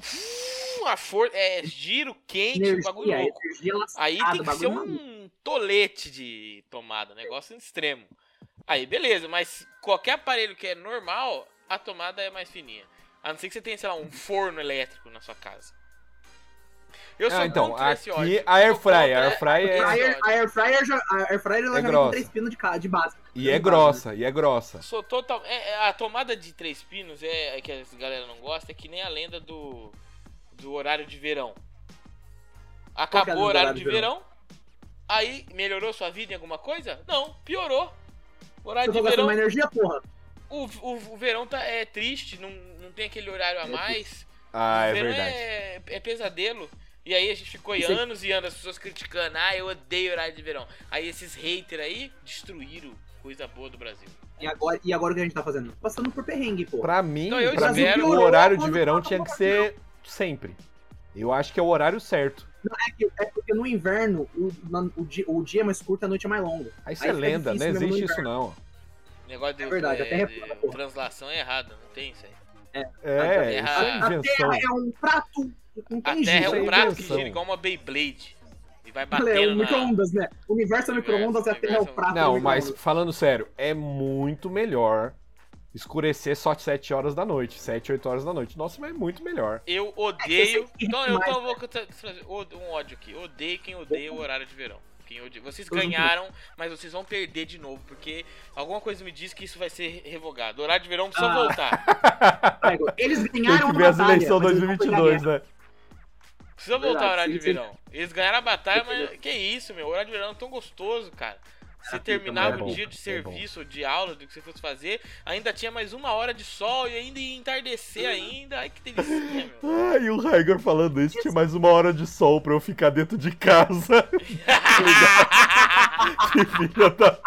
Speaker 1: Uma força. É giro quente, um bagulho
Speaker 4: energia, é,
Speaker 1: louco.
Speaker 4: energia lascada,
Speaker 1: Aí tem que
Speaker 4: bagulho
Speaker 1: ser
Speaker 4: maluco.
Speaker 1: um tolete de tomada, um negócio extremo. Aí, beleza, mas qualquer aparelho que é normal, a tomada é mais fininha. A não ser que você tenha, sei lá, um forno elétrico na sua casa. Eu sou
Speaker 3: Ah, então,
Speaker 1: contra esse
Speaker 3: aqui
Speaker 1: ódio.
Speaker 3: a Air Fry, a
Speaker 1: Eu
Speaker 3: Air
Speaker 1: sou
Speaker 3: Fry
Speaker 1: contra
Speaker 4: A
Speaker 3: é...
Speaker 1: esse
Speaker 4: air,
Speaker 1: ódio.
Speaker 4: a air fryer, já, a air fryer ela
Speaker 3: É
Speaker 4: já vem
Speaker 3: grossa.
Speaker 4: com três pinos de, ca- de base.
Speaker 3: E é grossa, e é grossa.
Speaker 1: Sou total. é- é- a tomada de três pinos é é que a galera não gosta, é que nem a lenda do, do horário de verão.
Speaker 4: que é a
Speaker 1: Acabou o
Speaker 4: lenda do
Speaker 1: horário de verão, aí melhorou sua vida em alguma coisa? Não, piorou. O
Speaker 4: Eu
Speaker 1: horário
Speaker 4: tô
Speaker 1: É de
Speaker 4: gastando
Speaker 1: verão,
Speaker 4: uma energia, porra.
Speaker 1: o, o, o verão tá, é triste, não, não tem aquele horário
Speaker 4: É
Speaker 1: a mais.
Speaker 3: Ah,
Speaker 1: o
Speaker 3: é
Speaker 1: verão
Speaker 3: verdade.
Speaker 1: é, é pesadelo. E aí a gente ficou
Speaker 4: Isso aí.
Speaker 1: anos e anos as pessoas criticando, ah, eu odeio horário de verão. Aí esses haters aí destruíram coisa boa do Brasil.
Speaker 4: E agora, e agora o que a gente tá fazendo? Passando por perrengue, porra.
Speaker 3: Pra mim,
Speaker 1: Não, Então, eu
Speaker 3: pra mim
Speaker 1: espero-
Speaker 3: o horário de verão tinha que ser sempre. Eu acho que é o horário certo.
Speaker 4: É, que- é porque no inverno o, na- o di- o dia, é mais curto, a noite é mais longa.
Speaker 3: Ah, Isso
Speaker 4: Aí
Speaker 3: é
Speaker 4: fica
Speaker 3: lenda, não
Speaker 4: difícil mesmo no
Speaker 3: existe isso não.
Speaker 1: Negócio de,
Speaker 4: É verdade,
Speaker 1: é,
Speaker 4: até
Speaker 1: de
Speaker 4: repara, pô.
Speaker 1: translação é errada, não tem isso aí.
Speaker 3: É, isso é
Speaker 1: Ah,
Speaker 4: A
Speaker 3: invenção.
Speaker 4: terra é um prato. Não
Speaker 1: A
Speaker 4: tem
Speaker 1: Terra é
Speaker 4: jeito.
Speaker 3: isso
Speaker 1: um
Speaker 3: aí,
Speaker 1: prato que
Speaker 3: invenção.
Speaker 1: gira igual uma Beyblade. E vai
Speaker 4: É um
Speaker 1: batendo na...
Speaker 4: micro-ondas, né? O universo é um micro-ondas e a terra é
Speaker 1: Universo,
Speaker 4: o prato. é
Speaker 3: Não,
Speaker 4: um
Speaker 3: mas
Speaker 4: micro-ondas.
Speaker 3: falando sério, é muito melhor escurecer só 7 horas da noite, 7, 8 horas da noite. Nossa, mas é muito melhor.
Speaker 1: Eu
Speaker 4: É que
Speaker 1: odeio...
Speaker 4: eu sei que
Speaker 1: Então, eu
Speaker 4: mais-
Speaker 1: então vou tra- trazer o- um ódio aqui. Odeio quem odeia o horário de verão. Quem odeia... Vocês
Speaker 4: Todo mundo.
Speaker 1: ganharam, mas vocês vão perder de novo, porque alguma coisa me diz que isso vai ser revogado. O horário de verão precisa
Speaker 4: Ah.
Speaker 1: voltar.
Speaker 4: Pego. Eles
Speaker 3: Tem
Speaker 4: ganharam
Speaker 3: que
Speaker 4: a
Speaker 3: ver as
Speaker 4: batalha,
Speaker 3: eleições
Speaker 4: mas eles não pegaram a
Speaker 3: 2022,
Speaker 4: guerra.
Speaker 3: né?
Speaker 1: Precisa
Speaker 4: Verdade,
Speaker 1: voltar o horário de
Speaker 4: sim, sim.
Speaker 1: verão. Eles ganharam a batalha, mas que isso, meu. O horário de verão é tão gostoso, cara. Você
Speaker 4: Ah,
Speaker 1: terminava
Speaker 3: é
Speaker 1: o
Speaker 3: bom,
Speaker 1: dia de
Speaker 3: é
Speaker 1: serviço, ou de aula, do que você fosse fazer, ainda tinha mais uma hora de sol e ainda ia entardecer ainda. Ai, que delícia, meu.
Speaker 3: Ah, e o Raigor falando isso, tinha mais uma hora de sol pra eu ficar dentro de casa. que filha da...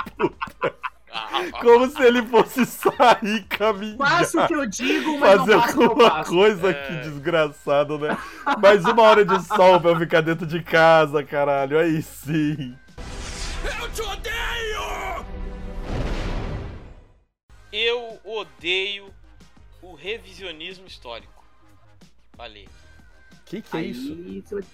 Speaker 3: Como se ele fosse sair caminhar.
Speaker 4: Faço o que eu digo, mas
Speaker 3: Fazer
Speaker 4: não faço o que eu
Speaker 3: alguma
Speaker 4: faço.
Speaker 3: coisa que
Speaker 1: É.
Speaker 3: desgraçado, né? Mais uma hora de sol pra eu ficar dentro de casa, caralho. Aí sim.
Speaker 1: Eu odeio o revisionismo histórico. Falei.
Speaker 3: Que que é
Speaker 4: Aí
Speaker 3: isso?
Speaker 4: você vai-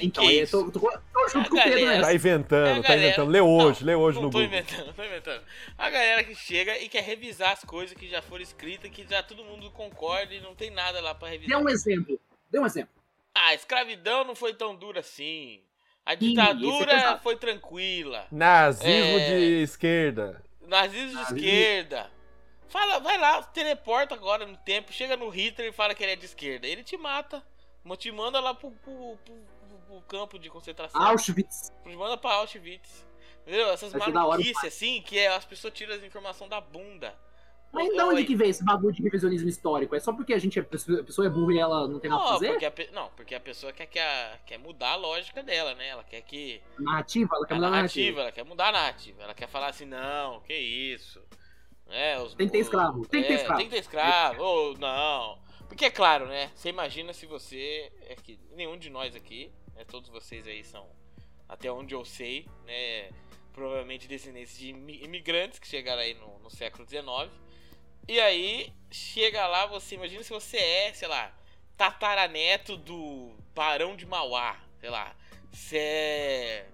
Speaker 4: Então,
Speaker 1: Que é
Speaker 4: eu
Speaker 1: isso?
Speaker 4: tô, tô, tô junto
Speaker 1: Ah,
Speaker 4: com o Pedro né?
Speaker 1: galera.
Speaker 4: nessa.
Speaker 3: Tá inventando,
Speaker 1: É,
Speaker 3: tá
Speaker 1: galera.
Speaker 3: inventando. Lê hoje,
Speaker 1: Não,
Speaker 3: lê hoje
Speaker 1: não
Speaker 3: no
Speaker 1: tô
Speaker 3: Google.
Speaker 1: inventando, não tô inventando. A galera que chega e quer revisar as coisas que já foram escritas, que já todo mundo concorda e não tem nada lá pra
Speaker 4: Dê
Speaker 1: revisar.
Speaker 4: um exemplo. Dê um exemplo.
Speaker 1: Ah, a escravidão não foi tão dura assim. A
Speaker 4: isso é
Speaker 1: ditadura
Speaker 4: pesado.
Speaker 1: foi tranquila.
Speaker 3: Nazismo
Speaker 1: É.
Speaker 3: de esquerda.
Speaker 1: Nazismo de
Speaker 4: Nazismo.
Speaker 1: esquerda. Fala, vai lá, teleporta agora no tempo, chega no Hitler e fala que ele é de esquerda. Ele te mata. mo- Te manda lá pro, pro- pro- pro- pro campo de concentração.
Speaker 4: Auschwitz.
Speaker 1: Te manda pra Auschwitz. Entendeu? Essas
Speaker 4: Vai ser da hora,
Speaker 1: maluquices assim que é, as pessoas tiram as informações da bunda.
Speaker 4: Mas
Speaker 1: Ô,
Speaker 4: de
Speaker 1: ô,
Speaker 4: onde
Speaker 1: aí-
Speaker 4: que vem esse bagulho de revisionismo histórico? É só porque a gente é, a pessoa é burra e ela não tem nada pra
Speaker 1: Não,
Speaker 4: fazer?
Speaker 1: porque a, pe- não, porque a pessoa quer, que a- quer mudar a lógica dela, né? Ela quer que.
Speaker 4: É Narrativa? Ela quer
Speaker 1: a
Speaker 4: mudar a
Speaker 1: é narrativa,
Speaker 4: narrativa.
Speaker 1: ela quer mudar a narrativa. Ela quer falar assim, não, que isso. É, os-
Speaker 4: Tem que ter escravo, tem que ter
Speaker 1: É,
Speaker 4: escravo.
Speaker 1: Tem que ter escravo, ou não. Porque é claro, né? Você imagina se você. É que nenhum de nós aqui, né? Todos vocês aí são, até onde eu sei, né? Provavelmente descendentes de imi- imigrantes que chegaram aí no, no século XIX. E aí, chega lá, você imagina se você é, sei lá, tataraneto do Barão de Mauá, sei lá. Você é.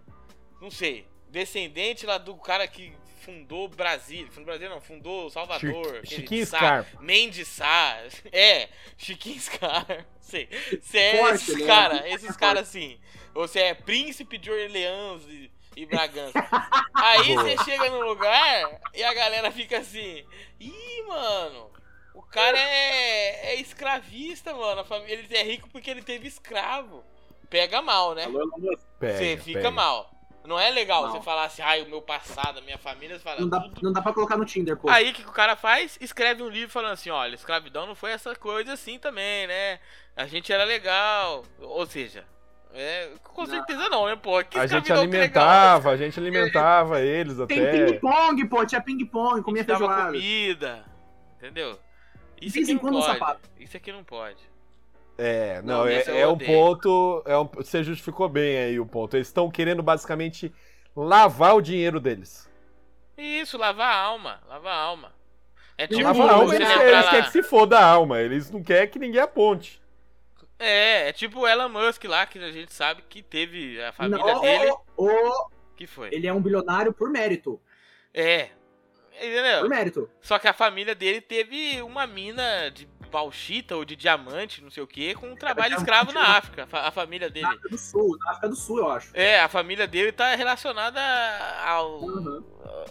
Speaker 1: Não sei. Descendente lá do cara que fundou Brasília. Fundou Brasília não, fundou Salvador.
Speaker 3: Chi-
Speaker 1: aquele
Speaker 3: Chiquinho
Speaker 1: Sá-
Speaker 3: Scarpa.
Speaker 1: Mendes Sá. É, Chiquinho Scar. Não sei. Você é
Speaker 4: Forte,
Speaker 1: esses
Speaker 4: né?
Speaker 1: caras, esses caras assim. Você é príncipe de Orleans e, e Bragança. Aí
Speaker 3: Boa.
Speaker 1: você chega num lugar e a galera fica assim. Ih, mano. O cara é, é escravista, mano. A família, ele é rico porque ele teve escravo. Pega mal, né?
Speaker 4: Alô, Elon Musk.
Speaker 3: Pega,
Speaker 1: Você fica
Speaker 3: pega.
Speaker 1: mal. Não é legal
Speaker 4: Mal.
Speaker 1: você falar assim, ai, o meu passado, a minha família, você fala
Speaker 4: Não dá,
Speaker 1: tudo.
Speaker 4: não dá pra colocar no Tinder, pô.
Speaker 1: Aí o que que o cara faz? Escreve um livro falando assim, olha, escravidão não foi essa coisa assim também, né? A gente era legal. Ou seja, é, com
Speaker 4: Não.
Speaker 1: certeza não, né, pô? Que
Speaker 3: A gente
Speaker 1: escravidão que legal.
Speaker 3: alimentava, a gente alimentava eles
Speaker 4: Tem
Speaker 3: até.
Speaker 4: ping-pong, pô. Tinha ping-pong,
Speaker 1: A
Speaker 4: comia
Speaker 1: gente dava
Speaker 4: feijoada.
Speaker 1: comida. Entendeu? Isso é né?
Speaker 4: De vez
Speaker 1: aqui
Speaker 4: em
Speaker 1: não
Speaker 4: quando um
Speaker 1: pode.
Speaker 4: sapato.
Speaker 1: Isso aqui não pode.
Speaker 3: É, não,
Speaker 1: Não,
Speaker 3: é,
Speaker 1: essa eu
Speaker 3: é um
Speaker 1: odeio.
Speaker 3: ponto. É um, você justificou bem aí o ponto. Eles estão querendo basicamente lavar o dinheiro deles.
Speaker 1: Isso, lavar a alma, lavar a alma. É tipo
Speaker 3: lavar a alma,
Speaker 1: você
Speaker 3: eles,
Speaker 1: lembrar
Speaker 3: eles
Speaker 1: lá-
Speaker 4: é
Speaker 3: querem que se foda a alma. Eles não querem que ninguém aponte.
Speaker 1: É, é tipo o Elon Musk lá, que a gente sabe que teve a família
Speaker 4: Não, ô,
Speaker 1: dele,
Speaker 4: ô, ô,
Speaker 1: que foi.
Speaker 4: ele é um bilionário por mérito.
Speaker 1: É.
Speaker 4: Por
Speaker 1: Entendeu?
Speaker 4: mérito.
Speaker 1: Só que a família dele teve uma mina de bauxita ou de diamante, não sei o que, com um trabalho escravo
Speaker 4: né?
Speaker 1: na África, a fa- a família
Speaker 4: Na
Speaker 1: dele.
Speaker 4: África do Sul, na África do Sul, eu acho.
Speaker 1: É, a família dele tá relacionada ao.
Speaker 4: Uhum.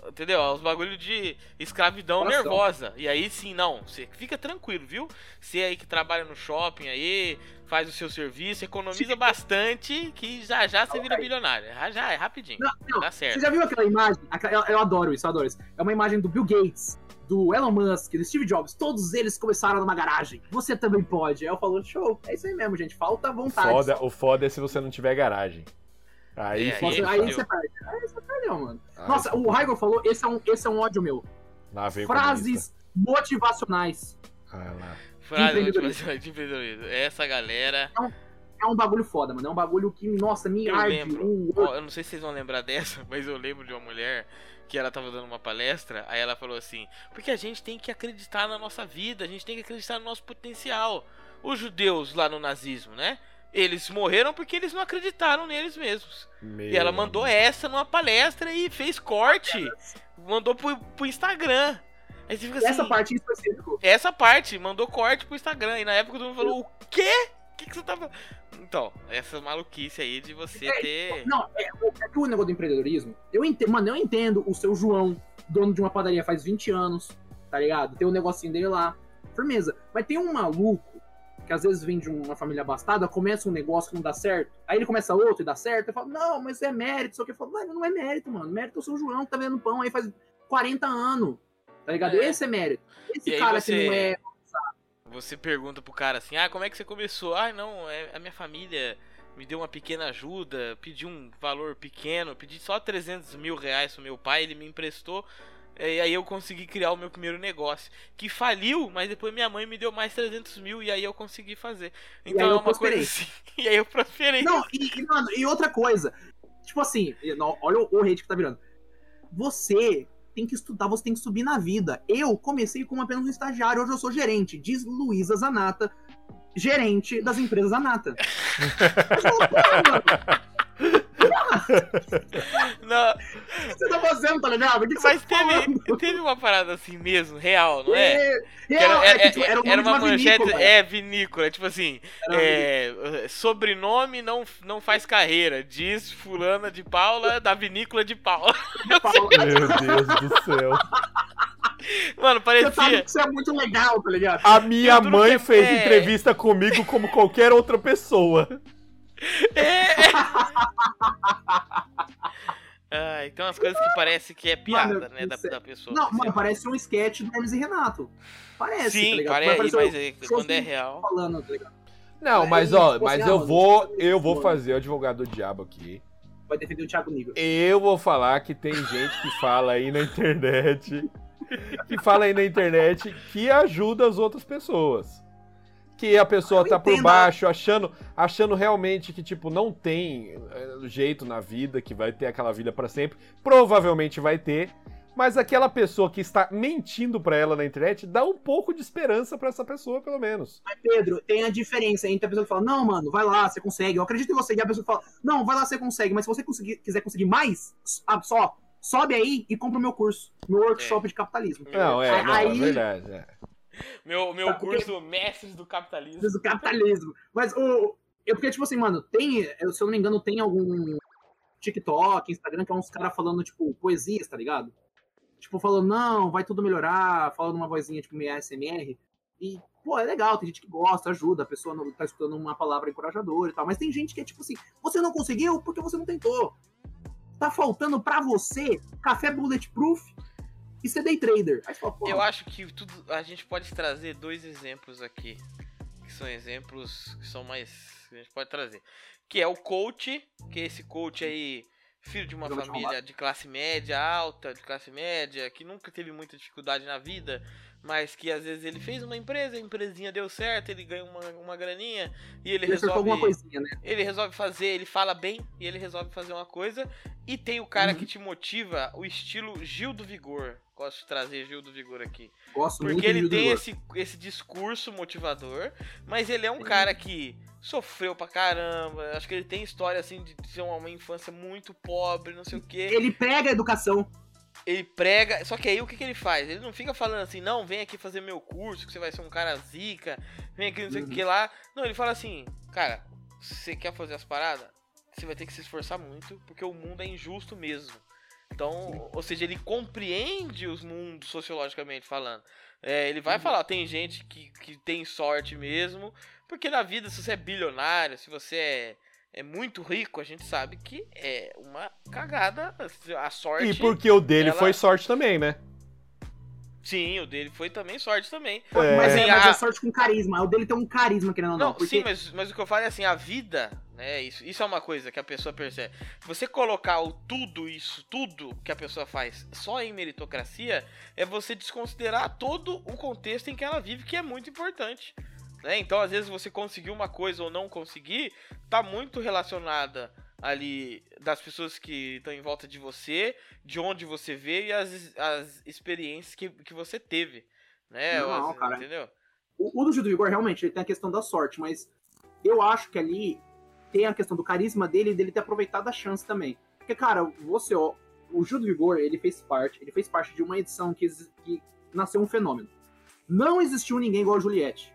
Speaker 1: Entendeu? Aos bagulho de escravidão
Speaker 4: Coração.
Speaker 1: nervosa. E aí sim, não. Você fica tranquilo, viu? Você aí que trabalha no shopping aí, faz o seu serviço, economiza bastante, que já já você vira bilionário. Já já, é rapidinho.
Speaker 4: Não, não,
Speaker 1: Dá
Speaker 4: Você
Speaker 1: certo.
Speaker 4: já viu aquela imagem? Aquela- Eu, eu adoro isso, eu adoro isso. É uma imagem do Bill Gates, do Elon Musk, do Steve Jobs. Todos eles começaram numa garagem. Você também pode. Aí eu falo, show, é isso aí mesmo, gente. Falta
Speaker 3: O
Speaker 4: vontade.
Speaker 3: foda, o foda é se você não tiver garagem. Aí,
Speaker 1: É,
Speaker 3: fica-
Speaker 4: Nossa,
Speaker 1: Ele
Speaker 4: aí
Speaker 1: fudeu.
Speaker 4: você perde. Aí você perdeu, mano.
Speaker 3: aí
Speaker 4: Nossa, o Raigor falou, esse é um, esse é um ódio meu.
Speaker 3: lá veio o
Speaker 4: Frases motivacionais.
Speaker 3: comunista. Ah, lá.
Speaker 4: é
Speaker 1: Frase
Speaker 4: empreendedorismo.
Speaker 1: motivacional de empreendedorismo. Essa galera.
Speaker 4: É um bagulho foda, mano. É um bagulho que, nossa, me
Speaker 1: Eu
Speaker 4: arde.
Speaker 1: lembro.
Speaker 4: um
Speaker 1: Ó, eu não sei se vocês vão lembrar dessa, mas eu lembro de uma mulher que ela tava dando uma palestra, aí ela falou assim: "Porque a gente tem que acreditar na nossa vida, a gente tem que acreditar no nosso potencial". Os judeus lá no nazismo, né? Eles morreram porque eles não acreditaram neles mesmos. E ela
Speaker 3: Meu
Speaker 1: mandou essa numa palestra e fez corte. Mandou pro, pro Instagram. Aí você fica assim,
Speaker 4: Essa parte em específico.
Speaker 1: essa parte mandou corte pro Instagram. E na época todo mundo falou, o quê? O que, que você tá falando? Então, essa maluquice aí de você ter.
Speaker 4: Não, é, o- é que o negócio do empreendedorismo. Eu entendo, mano, eu entendo o seu João, dono de uma padaria faz 20 anos, tá ligado? Tem um negocinho dele lá. Firmeza. Mas tem um maluco que às vezes vem de uma família abastada, começa um negócio que não dá certo. Aí ele começa outro e dá certo. Eu falo, não, mas é mérito. Só que eu falo, mano, não é mérito, mano. Mérito é o seu João que tá vendendo pão aí faz 40 anos. Tá ligado?
Speaker 1: É.
Speaker 4: Esse é mérito. Esse
Speaker 1: E aí
Speaker 4: cara
Speaker 1: você-
Speaker 4: que não é
Speaker 1: Você pergunta pro cara assim, ah, como é que você começou? Ah, não, é, a minha família me deu uma pequena ajuda, pedi um valor pequeno, pedi só 300 mil reais pro meu pai, ele me emprestou. é, E aí eu consegui criar o meu primeiro negócio. Que faliu, mas depois minha mãe me deu mais 300 mil e aí eu consegui fazer.
Speaker 4: aí
Speaker 1: Então
Speaker 4: eu
Speaker 1: é uma coisa
Speaker 4: prosperei.
Speaker 1: assim. E aí eu prosperei.
Speaker 4: Não, e, e, mano, e outra coisa. Tipo assim, e, não, olha o, o hate que tá virando. Você tem que estudar, você tem que subir na vida. Eu comecei como apenas um estagiário, hoje eu sou gerente. Diz Luísa Zanata, gerente das empresas Zanata. Mas não, tá, mano,
Speaker 1: Não,
Speaker 4: o que você tá fazendo, tá ligado? O que, que
Speaker 1: mas
Speaker 4: você tá falando?
Speaker 1: teve, teve uma parada assim mesmo, real, não é?
Speaker 4: É,
Speaker 1: Que
Speaker 4: é,
Speaker 1: Era,
Speaker 4: é
Speaker 1: era-
Speaker 4: que, tipo, era o nome
Speaker 1: era
Speaker 4: de
Speaker 1: uma manchete,
Speaker 4: vinícola.
Speaker 1: é, vinícola, tipo assim,
Speaker 4: Era uma
Speaker 1: é, sobrenome não, não faz carreira, diz fulana de Paula da vinícola de Paula.
Speaker 4: vinícola.
Speaker 3: Meu Deus do céu.
Speaker 1: Mano,
Speaker 4: Você sabe
Speaker 1: parecia,
Speaker 4: que você é muito legal, tá ligado?
Speaker 3: A minha
Speaker 1: Eu duro
Speaker 3: mãe
Speaker 1: que-
Speaker 3: fez
Speaker 1: é.
Speaker 3: entrevista comigo como qualquer outra pessoa.
Speaker 1: Ah, então as coisas que parece que é piada,
Speaker 4: Mano,
Speaker 1: né, da,
Speaker 4: isso é-
Speaker 1: da pessoa.
Speaker 4: Não,
Speaker 1: Sei
Speaker 4: mano,
Speaker 1: lá.
Speaker 4: parece um sketch do Hermes e Renato. Parece, tá
Speaker 1: Sim,
Speaker 4: ligado?
Speaker 1: parece, mas,
Speaker 4: eu
Speaker 1: é-
Speaker 4: se
Speaker 1: quando é
Speaker 4: fosse-
Speaker 1: real.
Speaker 4: falando, tá ligado?
Speaker 3: Não,
Speaker 4: Aí,
Speaker 3: mas ó,
Speaker 4: tipo
Speaker 3: mas
Speaker 4: assim, ah,
Speaker 3: eu
Speaker 4: mano,
Speaker 3: vou,
Speaker 4: isso é
Speaker 3: eu vou
Speaker 4: bom.
Speaker 3: fazer o advogado do diabo aqui.
Speaker 4: Vai defender o Thiago Nível.
Speaker 3: Eu vou falar que tem gente que fala aí na internet, que fala aí na internet que ajuda as outras pessoas. Que a pessoa
Speaker 4: Eu
Speaker 3: tá por
Speaker 4: entendo. né?
Speaker 3: baixo, achando, achando realmente que tipo não tem eh, jeito na vida, que vai ter aquela vida pra sempre, provavelmente vai ter. Mas aquela pessoa que está mentindo pra ela na internet dá um pouco de esperança pra essa pessoa, pelo menos.
Speaker 4: Pedro, tem a diferença entre a pessoa que fala, não, mano, vai lá, você consegue, eu acredito em você, e a pessoa que fala, não, vai lá, você consegue, mas se você conseguir- quiser conseguir mais, s- ah, só, sobe aí e compra o meu curso, meu workshop de capitalismo.
Speaker 3: Não, é, não, é
Speaker 4: Aí-
Speaker 3: verdade. é.
Speaker 1: Meu, meu
Speaker 4: Tá, porque-
Speaker 1: curso Mestres do Capitalismo.
Speaker 4: Do capitalismo. Mas o. Eu, porque, tipo assim, mano, tem, eu- se eu não me engano, tem algum TikTok, Instagram, que é uns caras falando, tipo, poesias, tá ligado? Tipo, falando, não, vai tudo melhorar, falando uma vozinha, tipo, meio ASMR. E, pô, é legal, tem gente que gosta, ajuda, a pessoa não, tá escutando uma palavra encorajadora e tal. Mas tem gente que é tipo assim, você não conseguiu porque você não tentou. Tá faltando pra você café bulletproof e ser day trader. Aí você fala, pô,
Speaker 1: Eu acho que tudo, a gente pode trazer dois exemplos aqui, que são exemplos que são mais que a gente pode trazer, que é o coach, que é esse coach aí filho de uma
Speaker 4: Jogo de
Speaker 1: família de classe média alta, de classe média, que nunca teve muita dificuldade na vida, mas que às vezes ele fez uma empresa, a empresinha deu certo, ele ganha uma, uma graninha e ele
Speaker 4: Ele acertou
Speaker 1: resolve.
Speaker 4: alguma coisinha, né?
Speaker 1: Ele resolve fazer, ele fala bem e ele resolve fazer uma coisa. E tem o
Speaker 4: Uhum.
Speaker 1: cara que te motiva, o estilo Gil do Vigor. Gosto de trazer Gil do Vigor aqui.
Speaker 4: Gosto muito
Speaker 1: Porque ele
Speaker 4: do
Speaker 1: tem
Speaker 4: Igor.
Speaker 1: esse, esse discurso motivador, mas ele é um cara que sofreu pra caramba. Acho que ele tem história assim de ser uma, uma infância muito pobre, não sei o quê.
Speaker 4: Ele prega a educação.
Speaker 1: Ele prega, só que aí o que, que ele faz? Ele não fica falando assim, não, vem aqui fazer meu curso, que você vai ser um cara zica, vem aqui não sei o que lá. Não, ele fala assim, cara, você quer fazer as paradas? Você vai ter que se esforçar muito, porque o mundo é injusto mesmo. Então, ou seja, ele compreende os mundos sociologicamente falando. É, ele vai falar, tem gente que, que tem sorte mesmo, porque na vida, se você é bilionário, se você é, é muito rico, a gente sabe que é uma cagada a sorte.
Speaker 3: E porque o dele
Speaker 1: Ela-
Speaker 3: foi sorte também, né?
Speaker 1: Sim, o dele foi também sorte também.
Speaker 3: É.
Speaker 4: Mas,
Speaker 1: Assim,
Speaker 4: é, mas
Speaker 1: a-
Speaker 4: é sorte com carisma. O dele tem um carisma, querendo ou não.
Speaker 1: Não,
Speaker 4: porque
Speaker 1: sim, mas, mas o que eu falo é assim, a vida, né? Isso, isso é uma coisa que a pessoa percebe. Você colocar o tudo isso, tudo que a pessoa faz só em meritocracia, é você desconsiderar todo o contexto em que ela vive, que é muito importante. Né? Então, às vezes, você conseguir uma coisa ou não conseguir, tá muito relacionada ali das pessoas que estão em volta de você, de onde você veio e as, as experiências que, que você teve. Né?
Speaker 4: Normal,
Speaker 1: Ou as-
Speaker 4: cara.
Speaker 1: Entendeu?
Speaker 4: O, o do Gil do Vigor, realmente, ele tem a questão da sorte, mas eu acho que ali tem a questão do carisma dele e dele ter aproveitado a chance também. Porque, cara, você, ó, o Gil do Vigor, ele fez parte, ele fez parte de uma edição que, exi- que nasceu um fenômeno. Não existiu ninguém igual a Juliette.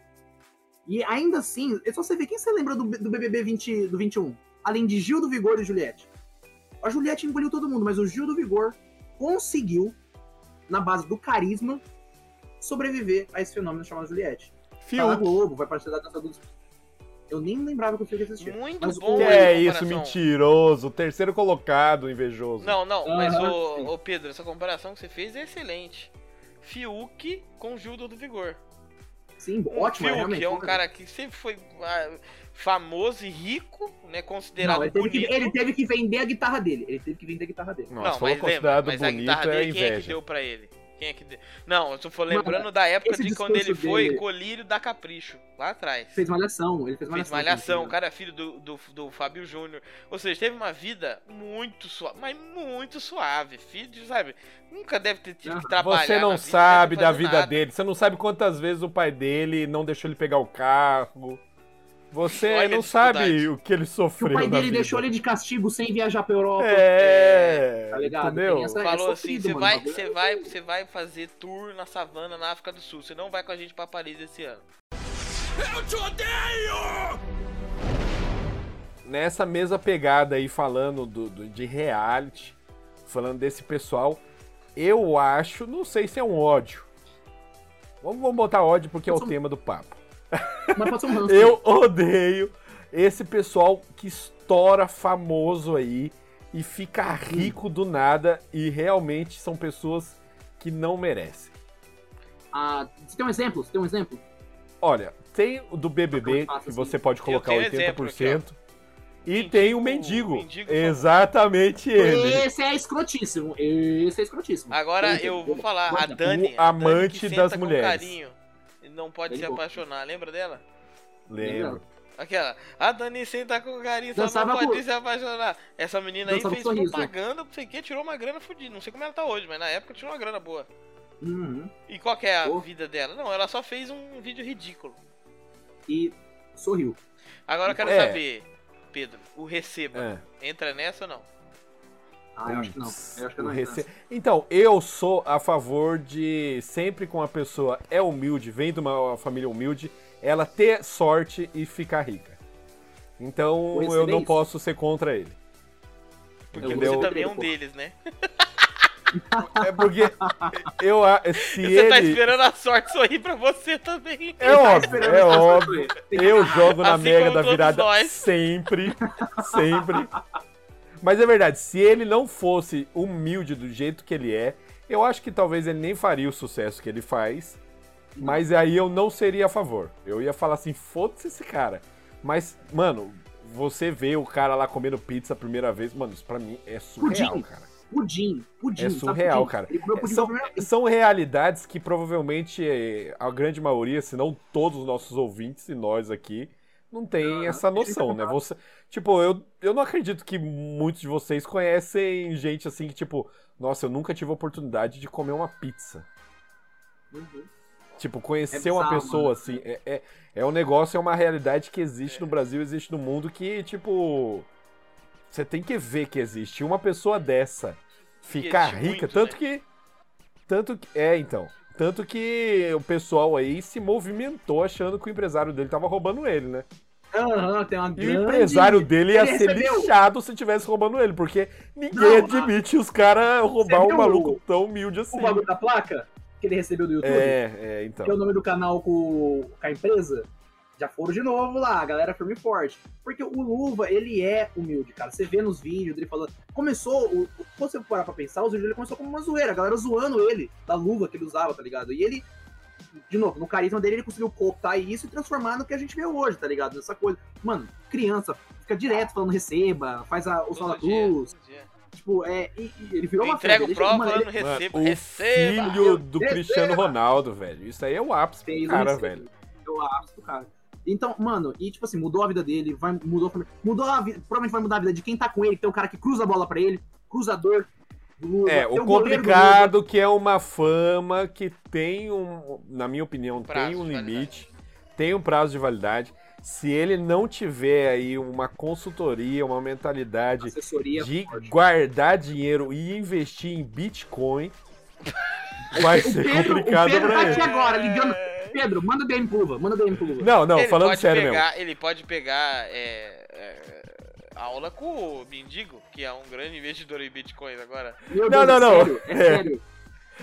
Speaker 4: E ainda assim, é só você ver, quem você lembra do, B- do BBB 20, do 21? Além de Gil do Vigor e Juliette. A Juliette engoliu todo mundo, mas o Gil do Vigor conseguiu, na base do carisma, sobreviver a esse fenômeno chamado Juliette. Tá na
Speaker 3: Fiuk.
Speaker 4: Globo, vai participar da Dança dos... Eu nem lembrava que o Fiuk existia.
Speaker 1: Muito
Speaker 4: Mas
Speaker 1: bom.
Speaker 4: o-
Speaker 3: Que
Speaker 1: essa
Speaker 3: é isso,
Speaker 1: comparação.
Speaker 3: mentiroso. Terceiro colocado, invejoso.
Speaker 1: Não, não, mas
Speaker 4: Aham,
Speaker 1: o,
Speaker 4: sim.
Speaker 1: Pedro, essa comparação que você fez é excelente. Fiuk com Gildo do Vigor.
Speaker 4: Sim,
Speaker 1: O
Speaker 4: ótimo,
Speaker 1: Fiuk
Speaker 4: realmente.
Speaker 1: é um cara que sempre foi ah, famoso e rico, né? Considerado
Speaker 4: Não, ele teve, que,
Speaker 1: bonito.
Speaker 4: ele teve que vender a guitarra dele. Ele teve que vender a guitarra dele.
Speaker 3: Nossa,
Speaker 1: Não,
Speaker 3: falou
Speaker 1: mas lembra,
Speaker 3: considerado
Speaker 1: mas a
Speaker 3: bonito
Speaker 1: guitarra
Speaker 3: é
Speaker 1: dele, quem é que
Speaker 3: inveja.
Speaker 1: deu pra ele? Quem é que deu? Não, eu for
Speaker 4: Mano,
Speaker 1: lembrando da época
Speaker 4: esse
Speaker 1: de quando ele
Speaker 4: discurso
Speaker 1: foi
Speaker 4: dele-
Speaker 1: colírio da Capricho, lá atrás.
Speaker 4: Fez malhação, ele fez
Speaker 1: Fez
Speaker 4: malhação.
Speaker 1: malhação, o
Speaker 4: cara.
Speaker 1: cara é filho do, do, do Fábio Júnior. Ou seja, teve uma vida muito suave, mas muito suave. Filho, de, sabe? Nunca deve ter tido que
Speaker 4: Você
Speaker 1: trabalhar.
Speaker 3: Você
Speaker 1: na
Speaker 3: não
Speaker 1: vida,
Speaker 3: sabe
Speaker 1: deve
Speaker 3: da
Speaker 1: fazer
Speaker 3: vida
Speaker 1: nada.
Speaker 3: dele. Você não sabe quantas vezes o pai dele não deixou ele pegar o carro. Você
Speaker 1: Olha a
Speaker 3: não sabe
Speaker 1: dificuldade.
Speaker 3: o que ele
Speaker 4: Que
Speaker 3: sofreu.
Speaker 4: o pai
Speaker 3: na
Speaker 4: dele
Speaker 3: vida.
Speaker 4: deixou ele de castigo sem viajar pra Europa.
Speaker 3: É,
Speaker 4: Tá ligado?
Speaker 3: entendeu?
Speaker 4: Tem essa- é
Speaker 1: Falou assim,
Speaker 4: sofrido,
Speaker 1: você
Speaker 4: mano,
Speaker 1: vai,
Speaker 4: bagulho.
Speaker 1: você vai, você vai fazer tour na savana na África do Sul. Você não vai com a gente pra Paris esse ano.
Speaker 3: Nessa mesma pegada aí, falando do, do- de reality, falando desse pessoal, eu acho, não sei se é um ódio. Vamos, vamos botar ódio porque é o
Speaker 4: São-
Speaker 3: tema do papo.
Speaker 4: Mas pode ser um ranço.
Speaker 3: Eu odeio esse pessoal que estoura famoso aí e fica rico do nada e realmente são pessoas que não merecem.
Speaker 4: Ah, você tem um exemplo? Você tem um exemplo?
Speaker 3: Olha, tem o do BBB,
Speaker 4: Fácil,
Speaker 3: que
Speaker 4: assim.
Speaker 3: você pode colocar
Speaker 1: tenho exemplo
Speaker 3: 80%, e
Speaker 1: Mendigo-
Speaker 3: tem o mendigo.
Speaker 1: mendigo famoso.
Speaker 3: Exatamente ele.
Speaker 4: Esse é escrotíssimo. Esse é escrotíssimo.
Speaker 1: Agora
Speaker 4: Esse-
Speaker 1: eu vou falar, a
Speaker 4: Olha,
Speaker 1: Dani.
Speaker 3: o
Speaker 1: a Dani
Speaker 3: amante
Speaker 1: que senta
Speaker 3: das
Speaker 1: com
Speaker 3: mulheres.
Speaker 1: Carinho, e não pode
Speaker 4: Bem
Speaker 1: se
Speaker 4: bom.
Speaker 1: apaixonar, lembra dela?
Speaker 3: Lembro.
Speaker 1: Aquela, a Dani senta com carinho, só
Speaker 4: Dançava
Speaker 1: não pode
Speaker 4: com-
Speaker 1: se apaixonar. Essa menina aí
Speaker 4: Dançava
Speaker 1: fez
Speaker 4: com sorriso.
Speaker 1: propaganda, não sei o que, tirou uma grana fodida. Não sei como ela tá hoje, mas na época tirou uma grana boa.
Speaker 4: Uhum.
Speaker 1: E qual que é a
Speaker 4: Pô.
Speaker 1: vida dela? Não, ela só fez um vídeo ridículo.
Speaker 4: E sorriu.
Speaker 1: Agora eu quero
Speaker 3: É.
Speaker 1: saber, Pedro, o receba.
Speaker 3: É.
Speaker 1: Entra nessa ou não?
Speaker 4: Ah, eu acho que não. Eu acho que
Speaker 3: O
Speaker 4: não. é
Speaker 3: rece-
Speaker 4: ranço.
Speaker 3: Então, eu sou a favor de sempre com a pessoa é humilde, vem de uma família humilde, ela ter sorte e ficar rica. Então,
Speaker 4: Pois
Speaker 3: eu
Speaker 4: é
Speaker 3: não
Speaker 4: isso.
Speaker 3: posso ser contra ele.
Speaker 1: Porque
Speaker 3: Entendeu?
Speaker 1: você também é um
Speaker 4: Pô.
Speaker 1: deles, né?
Speaker 3: É porque eu a- se
Speaker 1: Você tá
Speaker 3: ele
Speaker 1: esperando a sorte sorrir pra você também.
Speaker 3: é óbvio,
Speaker 4: tá esperando
Speaker 3: é
Speaker 4: essa
Speaker 3: óbvio. Eu jogo na
Speaker 1: Assim
Speaker 3: mega
Speaker 1: como
Speaker 3: da
Speaker 1: todos
Speaker 3: virada
Speaker 1: nós.
Speaker 3: sempre, sempre. Mas é verdade, se ele não fosse humilde do jeito que ele é, eu acho que talvez ele nem faria o sucesso que ele faz. Mas aí eu não seria a favor. Eu ia falar assim, foda-se esse cara. Mas, mano, você vê o cara lá comendo pizza a primeira vez, mano, isso pra mim é surreal,
Speaker 4: Pudim.
Speaker 3: cara.
Speaker 4: pudim. Pudim.
Speaker 3: É
Speaker 4: sabe
Speaker 3: surreal,
Speaker 4: pudim?
Speaker 3: cara. É
Speaker 4: Ele comeu pudim
Speaker 3: São,
Speaker 4: pela primeira vez.
Speaker 3: são realidades que provavelmente eh, a grande maioria, se não todos os nossos ouvintes e nós aqui, não tem
Speaker 4: Ah,
Speaker 3: essa
Speaker 4: tem que
Speaker 3: noção, né?
Speaker 4: contar.
Speaker 3: Você, tipo, eu, eu não acredito que muitos de vocês conhecem gente assim que, tipo, nossa, eu nunca tive a oportunidade de comer uma pizza.
Speaker 4: Uhum.
Speaker 3: Tipo, conhecer
Speaker 4: É bizarro,
Speaker 3: uma pessoa
Speaker 4: mano. É.
Speaker 3: assim, é, é, é um negócio, é uma realidade que existe no Brasil, existe no mundo que, tipo, você tem que ver que existe. Uma pessoa dessa ficar
Speaker 1: existe
Speaker 3: rica,
Speaker 1: muito,
Speaker 3: tanto
Speaker 1: né?
Speaker 3: que. Tanto que. É, então. Tanto que o pessoal aí se movimentou achando que o empresário dele tava roubando ele, né?
Speaker 4: Aham, tem uma
Speaker 3: E
Speaker 4: grande...
Speaker 3: o empresário dele ia
Speaker 4: Ele
Speaker 3: ser
Speaker 4: recebeu.
Speaker 3: lixado se tivesse roubando ele, porque ninguém
Speaker 4: Não,
Speaker 3: admite os caras roubar um
Speaker 4: viu
Speaker 3: maluco
Speaker 4: o-
Speaker 3: tão humilde
Speaker 4: O
Speaker 3: assim.
Speaker 4: bagulho da placa que ele recebeu do YouTube,
Speaker 3: É, é, então.
Speaker 4: que é o nome do canal com, com a empresa, já foram de novo lá, a galera firme e forte. Porque o Luva, ele é humilde, cara. Você vê nos vídeos dele falando. Começou, o- o- quando você parar pra pensar, os vídeos dele começou como uma zoeira, a galera zoando ele, da luva que ele usava, tá ligado? E ele, de novo, no carisma dele, ele conseguiu cooptar isso e transformar no que a gente vê hoje, tá ligado? Nessa coisa. Mano, criança fica direto falando receba, faz a, o sinal da
Speaker 1: Todo dia,
Speaker 4: cruz.
Speaker 1: todo dia.
Speaker 4: Tipo, é, e- e ele virou
Speaker 1: Eu
Speaker 4: uma
Speaker 1: entrego
Speaker 4: febre,
Speaker 1: prova né?
Speaker 4: ele- mano, ele-
Speaker 1: falando receba,
Speaker 3: Mano, o
Speaker 1: receba.
Speaker 3: filho do
Speaker 4: Receba!
Speaker 3: Cristiano Ronaldo, velho. Isso aí é o ápice
Speaker 4: fez
Speaker 3: do
Speaker 4: o
Speaker 3: cara,
Speaker 4: receio.
Speaker 3: velho.
Speaker 4: É o ápice do cara. Então, mano, e tipo assim, mudou a vida dele, vai, mudou a família. Mudou a vida. Provavelmente vai mudar a vida de quem tá com ele, que tem um cara que cruza a bola pra ele, cruzador. do Lula,
Speaker 3: É,
Speaker 4: tem um
Speaker 3: o
Speaker 4: goleiro do Lula.
Speaker 3: complicado que é uma fama que tem um, na minha opinião,
Speaker 1: Prazo
Speaker 3: tem um
Speaker 1: de
Speaker 3: limite, tem um prazo de validade. Se ele não tiver aí uma consultoria, uma mentalidade
Speaker 4: Assessoria.
Speaker 3: de
Speaker 4: forte.
Speaker 3: guardar dinheiro e investir em Bitcoin, vai
Speaker 4: O
Speaker 3: ser
Speaker 4: Pedro- o
Speaker 3: complicado
Speaker 4: Pedro
Speaker 3: pra
Speaker 4: tá
Speaker 3: ele.
Speaker 4: aqui agora, ligando. Pedro, manda DM pro Luva, manda DM pro Luva.
Speaker 3: Não, não,
Speaker 1: Ele
Speaker 3: falando
Speaker 1: pode
Speaker 3: sério mesmo.
Speaker 1: pegar, Ele pode pegar é, é, aula com o Mendigo, que é um grande investidor em bitcoins agora.
Speaker 4: Meu
Speaker 3: Não,
Speaker 4: Deus,
Speaker 3: não,
Speaker 4: é
Speaker 3: não.
Speaker 4: sério, é
Speaker 3: É.
Speaker 4: sério.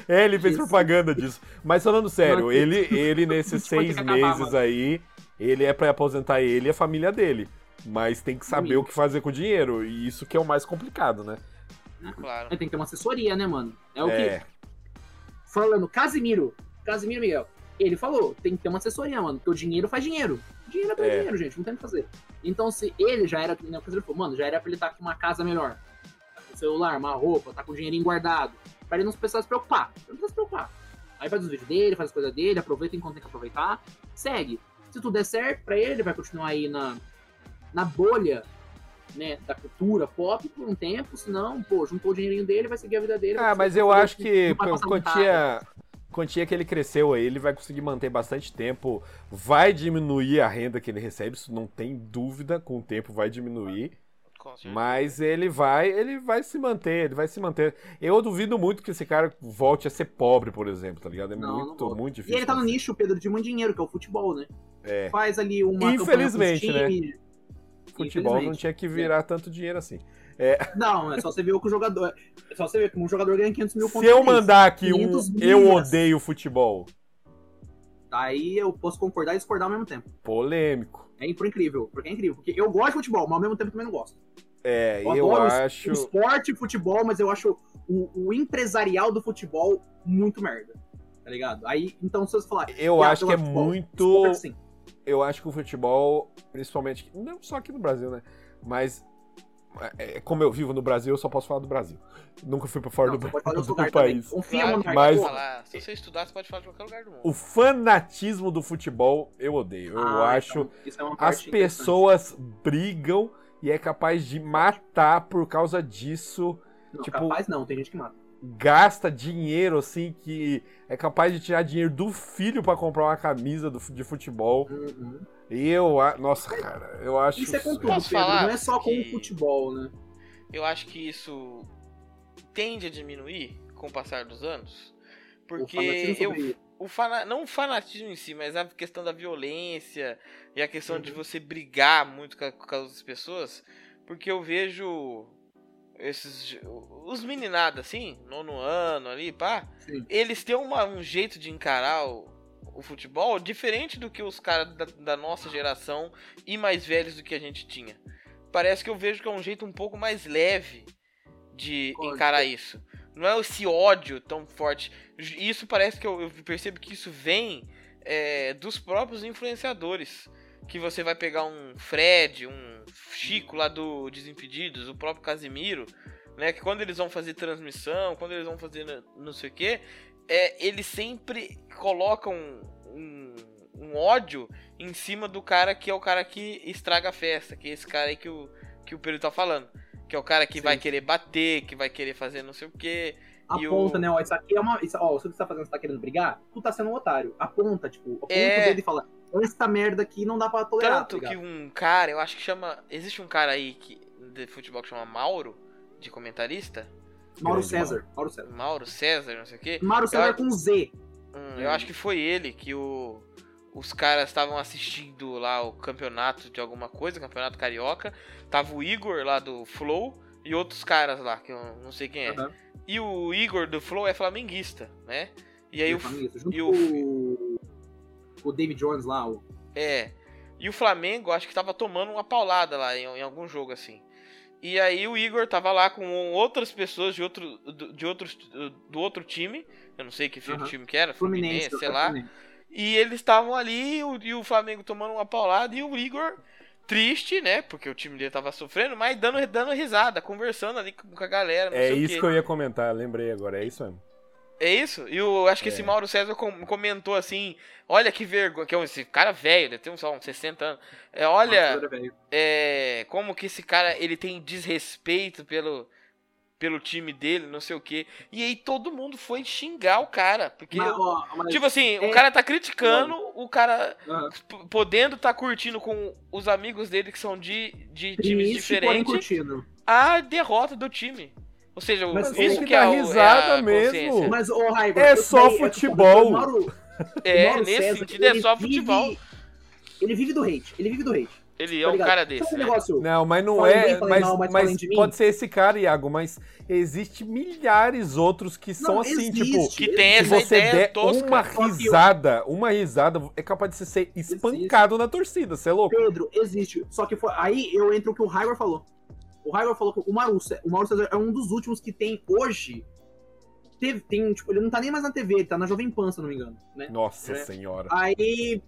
Speaker 3: É, ele fez
Speaker 4: Isso.
Speaker 3: propaganda disso. Mas falando sério,
Speaker 4: Não,
Speaker 3: ele, ele nesses
Speaker 4: Tipo, tem que
Speaker 3: seis
Speaker 4: acabar,
Speaker 3: meses
Speaker 4: mano.
Speaker 3: aí, ele é pra aposentar ele e a família dele. Mas tem que saber
Speaker 4: Amigo.
Speaker 3: o que fazer com o dinheiro. E isso que é o mais complicado, né?
Speaker 1: Claro.
Speaker 4: Tem que ter uma assessoria, né, mano? É o que
Speaker 3: É,
Speaker 4: falando Casimiro, Casimiro Miguel, ele falou, tem que ter uma assessoria, mano, porque o dinheiro faz dinheiro. Dinheiro é
Speaker 3: É.
Speaker 4: dinheiro, gente, não tem o que fazer. Então, se ele já era, né, o Casimiro falou, mano, já era pra ele estar com uma casa melhor, tá com celular, uma roupa, tá com o dinheirinho guardado, pra ele não precisar se preocupar, pra ele não precisar se preocupar. Aí faz os vídeos dele, faz as coisas dele, aproveita enquanto tem que aproveitar, segue. Se tudo der certo pra ele, ele vai continuar aí na, na bolha, né, da cultura pop por um tempo, senão, pô, juntou o dinheirinho dele, vai seguir a vida dele.
Speaker 3: Ah,
Speaker 4: vai
Speaker 3: mas
Speaker 4: seguir a
Speaker 3: eu
Speaker 4: vida
Speaker 3: acho
Speaker 4: dele,
Speaker 3: que
Speaker 4: não vai
Speaker 3: pô,
Speaker 4: passar um vontade.
Speaker 3: quantia, quantia que ele cresceu aí, ele vai conseguir manter bastante tempo. Vai diminuir a renda que ele recebe, isso não tem dúvida. Com o tempo vai diminuir.
Speaker 1: Com certeza.
Speaker 3: Mas ele vai, ele vai se manter, ele vai se manter. Eu duvido muito que esse cara volte a ser pobre, por exemplo, tá ligado? É
Speaker 4: Não, não
Speaker 3: muito,
Speaker 4: volta.
Speaker 3: muito
Speaker 4: E
Speaker 3: difícil.
Speaker 4: ele tá no
Speaker 3: acontecer.
Speaker 4: nicho, Pedro, de muito dinheiro, que é o futebol, né?
Speaker 3: É.
Speaker 4: Faz ali uma. campanha com os
Speaker 3: Infelizmente, né?
Speaker 4: times.
Speaker 3: Futebol não
Speaker 4: Infelizmente.
Speaker 3: tinha que virar tanto dinheiro assim.
Speaker 4: Não, é só você ver o que o jogador. É só você ver que um jogador ganha 500 mil
Speaker 3: Se eu
Speaker 4: por mês.
Speaker 3: mandar aqui um
Speaker 4: 500
Speaker 3: eu
Speaker 4: milhas.
Speaker 3: odeio futebol,
Speaker 4: Aí eu posso concordar e discordar ao mesmo tempo.
Speaker 3: polêmico.
Speaker 4: É impor- incrível, porque é incrível. Porque eu gosto de futebol, mas ao mesmo tempo também não gosto.
Speaker 3: É, eu,
Speaker 4: Eu adoro os-
Speaker 3: acho.
Speaker 4: O esporte e futebol, mas eu acho o, o empresarial do futebol muito merda. Tá ligado? Aí, então, se você falar.
Speaker 3: Eu
Speaker 4: "Ah,
Speaker 3: acho que é
Speaker 4: gosto de futebol",
Speaker 3: muito.
Speaker 4: esporte, sim.
Speaker 3: eu acho que o futebol, principalmente, não só aqui no Brasil, né? Mas é, como eu vivo no Brasil, eu só posso falar do Brasil. Nunca fui pra fora
Speaker 4: Não,
Speaker 3: do,
Speaker 4: você pode falar do
Speaker 3: do
Speaker 4: seu lugar também.
Speaker 3: país.
Speaker 4: Confia,
Speaker 1: Claro,
Speaker 4: Monark.
Speaker 3: mas-
Speaker 1: pode
Speaker 4: porra.
Speaker 1: falar. Se você estudar, você pode falar de qualquer lugar do mundo.
Speaker 3: O fanatismo do futebol eu odeio. Eu
Speaker 4: Ah,
Speaker 3: acho
Speaker 4: então, isso é uma
Speaker 3: as
Speaker 4: parte interessante.
Speaker 3: pessoas brigam e é capaz de matar por causa disso.
Speaker 4: Não,
Speaker 3: tipo-
Speaker 4: capaz não, tem gente que mata.
Speaker 3: Gasta dinheiro assim que é capaz de tirar dinheiro do filho pra comprar uma camisa do fu- de futebol.
Speaker 4: Uhum.
Speaker 3: E eu, a- nossa, cara, eu acho
Speaker 4: Isso é com tudo,
Speaker 1: Posso
Speaker 4: Pedro.
Speaker 1: falar
Speaker 4: Não é só com
Speaker 1: que-
Speaker 4: o futebol, né?
Speaker 1: Eu acho que isso tende a diminuir com o passar dos anos. Porque
Speaker 4: fanatismo
Speaker 1: eu
Speaker 4: assim sobre-
Speaker 1: o fana- não o fanatismo em si, mas a questão da violência e a questão de você brigar muito com, a- com as outras pessoas, porque eu vejo esses j- os meninados assim, nono ano ali, pá,
Speaker 4: Sim.
Speaker 1: eles têm uma- um jeito de encarar o, o futebol diferente do que os caras da, da nossa geração e mais velhos do que a gente tinha. Parece que eu vejo que é um jeito um pouco mais leve de
Speaker 4: Concordo.
Speaker 1: encarar isso. Não é esse ódio tão forte Ju- isso parece que eu, eu percebo que isso vem é, dos próprios influenciadores. Que você vai pegar um Fred, um Chico lá do Desimpedidos, o próprio Casimiro. né? Que quando eles vão fazer transmissão, quando eles vão fazer n- não sei o que, é, eles sempre colocam um, um ódio em cima do cara que é o cara que estraga a festa, que é esse cara aí que o, que o Pedro tá falando. Que é o cara que
Speaker 4: Sim.
Speaker 1: vai querer bater, que vai querer fazer não sei o que. E
Speaker 4: Aponta,
Speaker 1: o-
Speaker 4: né? Ó, isso aqui é uma. Isso, ó, isso que você tá fazendo, você tá querendo brigar? Tu tá sendo um otário. Aponta, tipo, aponta
Speaker 1: É.
Speaker 4: o dedo e fala: essa merda aqui não dá pra tolerar.
Speaker 1: Tanto
Speaker 4: tá
Speaker 1: que
Speaker 4: ligado?
Speaker 1: um cara, eu acho que chama. Existe um cara aí que, de futebol que chama Mauro, de comentarista.
Speaker 4: Mauro
Speaker 3: Grande,
Speaker 4: César. Mauro César.
Speaker 1: Mauro César, não sei o quê.
Speaker 4: Mauro César
Speaker 1: acho-
Speaker 4: com Z.
Speaker 1: Hum, eu acho que foi ele que o- os caras estavam assistindo lá o campeonato de alguma coisa, campeonato carioca. Tava o Igor lá do Flow e outros caras lá, que eu não sei quem é.
Speaker 4: Aham.
Speaker 1: E o Igor do Flow é flamenguista, né? E aí o,
Speaker 4: Eu falo isso, Junto
Speaker 1: e o-
Speaker 4: com o. O David Jones lá, o.
Speaker 1: É. E o Flamengo, acho que tava tomando uma paulada lá em, em algum jogo assim. E aí o Igor tava lá com outras pessoas de outro do, de outros do outro time, eu não sei que fi-
Speaker 4: Aham.
Speaker 1: time que era, Fluminense,
Speaker 4: Fluminense,
Speaker 1: É,
Speaker 4: né,
Speaker 1: sei lá.
Speaker 4: Fluminense.
Speaker 1: E eles estavam ali e o, e o Flamengo tomando uma paulada e o Igor triste, né? Porque o time dele tava sofrendo, mas dando dando risada, conversando ali com com a galera, não
Speaker 3: É
Speaker 1: sei o
Speaker 3: isso
Speaker 1: quê.
Speaker 3: que eu ia comentar, lembrei agora, é isso mesmo.
Speaker 1: É isso? E eu acho que
Speaker 3: É.
Speaker 1: esse Mauro César com- comentou assim: olha que vergonha, que é um- esse cara velho, deve ter uns, sei lá, uns 60 anos. É, olha,
Speaker 4: Nossa, velho.
Speaker 1: é, como que esse cara ele tem desrespeito pelo pelo time dele, não sei o quê. E aí todo mundo foi xingar o cara, porque
Speaker 4: Mas, ó, mas-
Speaker 1: tipo assim, o
Speaker 4: é-
Speaker 1: cara tá criticando, o cara
Speaker 4: aham.
Speaker 1: p- podendo tá curtindo com os amigos dele que são de, de times
Speaker 4: Triste, porém
Speaker 1: diferentes
Speaker 4: curtindo.
Speaker 1: a derrota do time. Ou seja, o-
Speaker 3: Mas tem
Speaker 1: isso
Speaker 3: que
Speaker 1: que é,
Speaker 3: dar
Speaker 1: o, é
Speaker 3: risada
Speaker 1: a
Speaker 3: mesmo.
Speaker 1: consciência.
Speaker 4: Mas, ô, Raiva.
Speaker 3: É
Speaker 4: isso
Speaker 3: só
Speaker 4: daí
Speaker 3: futebol.
Speaker 4: o tipo, Mauro-
Speaker 1: É,
Speaker 4: Mauro
Speaker 1: nesse
Speaker 4: César,
Speaker 1: sentido é
Speaker 4: ele
Speaker 1: só
Speaker 4: vive-
Speaker 1: futebol.
Speaker 4: Ele vive do hate. Ele vive do hate.
Speaker 1: Ele
Speaker 4: tá
Speaker 1: é um
Speaker 4: ligado?
Speaker 1: cara
Speaker 4: Sabe
Speaker 1: desse,
Speaker 4: o
Speaker 1: né?
Speaker 4: negócio?
Speaker 3: Não, mas não
Speaker 4: Falei
Speaker 3: é.
Speaker 4: bem, falei
Speaker 3: mas
Speaker 4: mal, mas
Speaker 3: mas
Speaker 4: falem de mim.
Speaker 3: pode ser esse cara, Iago, mas existe milhares outros que são
Speaker 4: Não,
Speaker 3: assim,
Speaker 4: existe,
Speaker 3: tipo.
Speaker 1: Que tem
Speaker 3: Se
Speaker 1: essa é
Speaker 3: você
Speaker 1: ideia
Speaker 3: der
Speaker 1: tosca.
Speaker 3: uma
Speaker 4: Só que eu-
Speaker 3: risada, uma risada, é capaz de você ser espancado na torcida, você é louco?
Speaker 4: Pedro, existe. Só que foi- aí eu entro o que o Raigor falou. O Raigor falou que o Mauro, Cé- o Mauro César é um dos últimos que tem hoje. Teve, tem, tipo, ele não tá nem mais na TV, ele tá na Jovem Pan, se eu não me engano, né?
Speaker 3: Nossa
Speaker 4: É.
Speaker 3: senhora.
Speaker 1: Ah,
Speaker 4: Aí.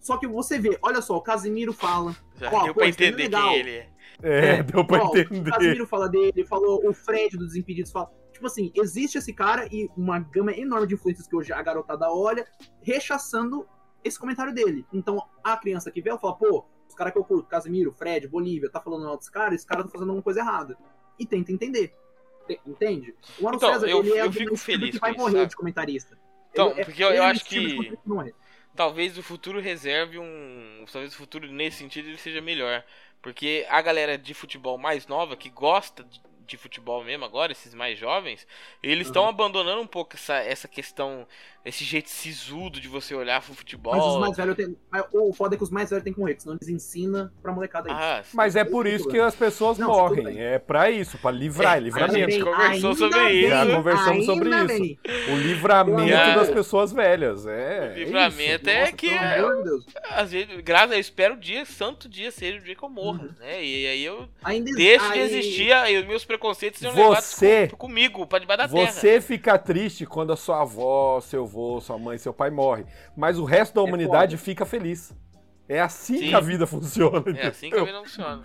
Speaker 4: Só que você vê, olha só, o Casimiro fala.
Speaker 1: Já
Speaker 4: Ó,
Speaker 1: deu
Speaker 4: pô,
Speaker 1: pra
Speaker 4: isso é
Speaker 1: entender
Speaker 4: legal.
Speaker 1: quem ele é.
Speaker 3: É, deu pra
Speaker 4: Ó, O
Speaker 3: entender.
Speaker 4: Casimiro fala dele, falou o Fred do Desimpedidos fala. Tipo assim, existe esse cara e uma gama enorme de influências que hoje a garotada olha, rechaçando esse comentário dele. Então a criança que vê, ela fala, pô, os caras que eu curto, Casimiro, Fred, Bolívia, tá falando mal desse cara, esse cara tá fazendo alguma coisa errada. E tenta entender. Te- Entende? O Mauro
Speaker 1: Então,
Speaker 4: César,
Speaker 1: eu-
Speaker 4: ele é
Speaker 1: eu
Speaker 4: um
Speaker 1: fico
Speaker 4: dos tipos
Speaker 1: feliz
Speaker 4: que vai
Speaker 1: com isso,
Speaker 4: morrer
Speaker 1: sabe?
Speaker 4: de comentarista.
Speaker 1: Então,
Speaker 4: Ele é-
Speaker 1: porque eu, eu
Speaker 4: ele é um
Speaker 1: acho
Speaker 4: dos tipos de
Speaker 1: que.
Speaker 4: comentarista morrer.
Speaker 1: talvez o futuro reserve um. Talvez o futuro nesse sentido ele seja melhor. Porque a galera de futebol mais nova, que gosta de- de futebol mesmo agora, esses mais jovens, eles estão
Speaker 4: Uhum.
Speaker 1: abandonando um pouco essa, essa questão, esse jeito sisudo de você olhar pro futebol.
Speaker 4: Mas os mais velhos tem... mas O foda é que os mais velhos têm que morrer, que senão eles ensinam pra molecada isso.
Speaker 1: Ah,
Speaker 3: Mas é por isso que as pessoas
Speaker 4: Não, tudo
Speaker 3: morrem.
Speaker 4: bem.
Speaker 3: É pra isso, pra livrar, é
Speaker 1: a gente
Speaker 3: livramento.
Speaker 1: conversou sobre isso.
Speaker 3: Já conversamos sobre
Speaker 4: ainda
Speaker 3: isso.
Speaker 4: bem.
Speaker 3: O livramento
Speaker 1: Meu amor.
Speaker 3: das pessoas velhas. É.
Speaker 1: O
Speaker 3: é isso.
Speaker 1: livramento é
Speaker 4: Nossa,
Speaker 1: que
Speaker 4: pelo
Speaker 1: é-
Speaker 4: amor de Deus.
Speaker 1: às vezes, graças eu espero o dia, santo dia seja o dia que eu
Speaker 3: Uhum.
Speaker 1: morra, né? E aí eu
Speaker 4: Ainda
Speaker 1: deixo de
Speaker 4: aí-
Speaker 1: existir e os meus preconceitos sejam
Speaker 3: Você-
Speaker 1: levados com- comigo, pra debaixo da terra.
Speaker 3: Você fica triste quando a sua avó, seu avô, sua mãe, seu pai morre. Mas o resto da humanidade fica feliz. É assim
Speaker 1: É Sim.
Speaker 3: que a vida funciona.
Speaker 1: É
Speaker 3: entendeu?
Speaker 1: assim que a vida funciona.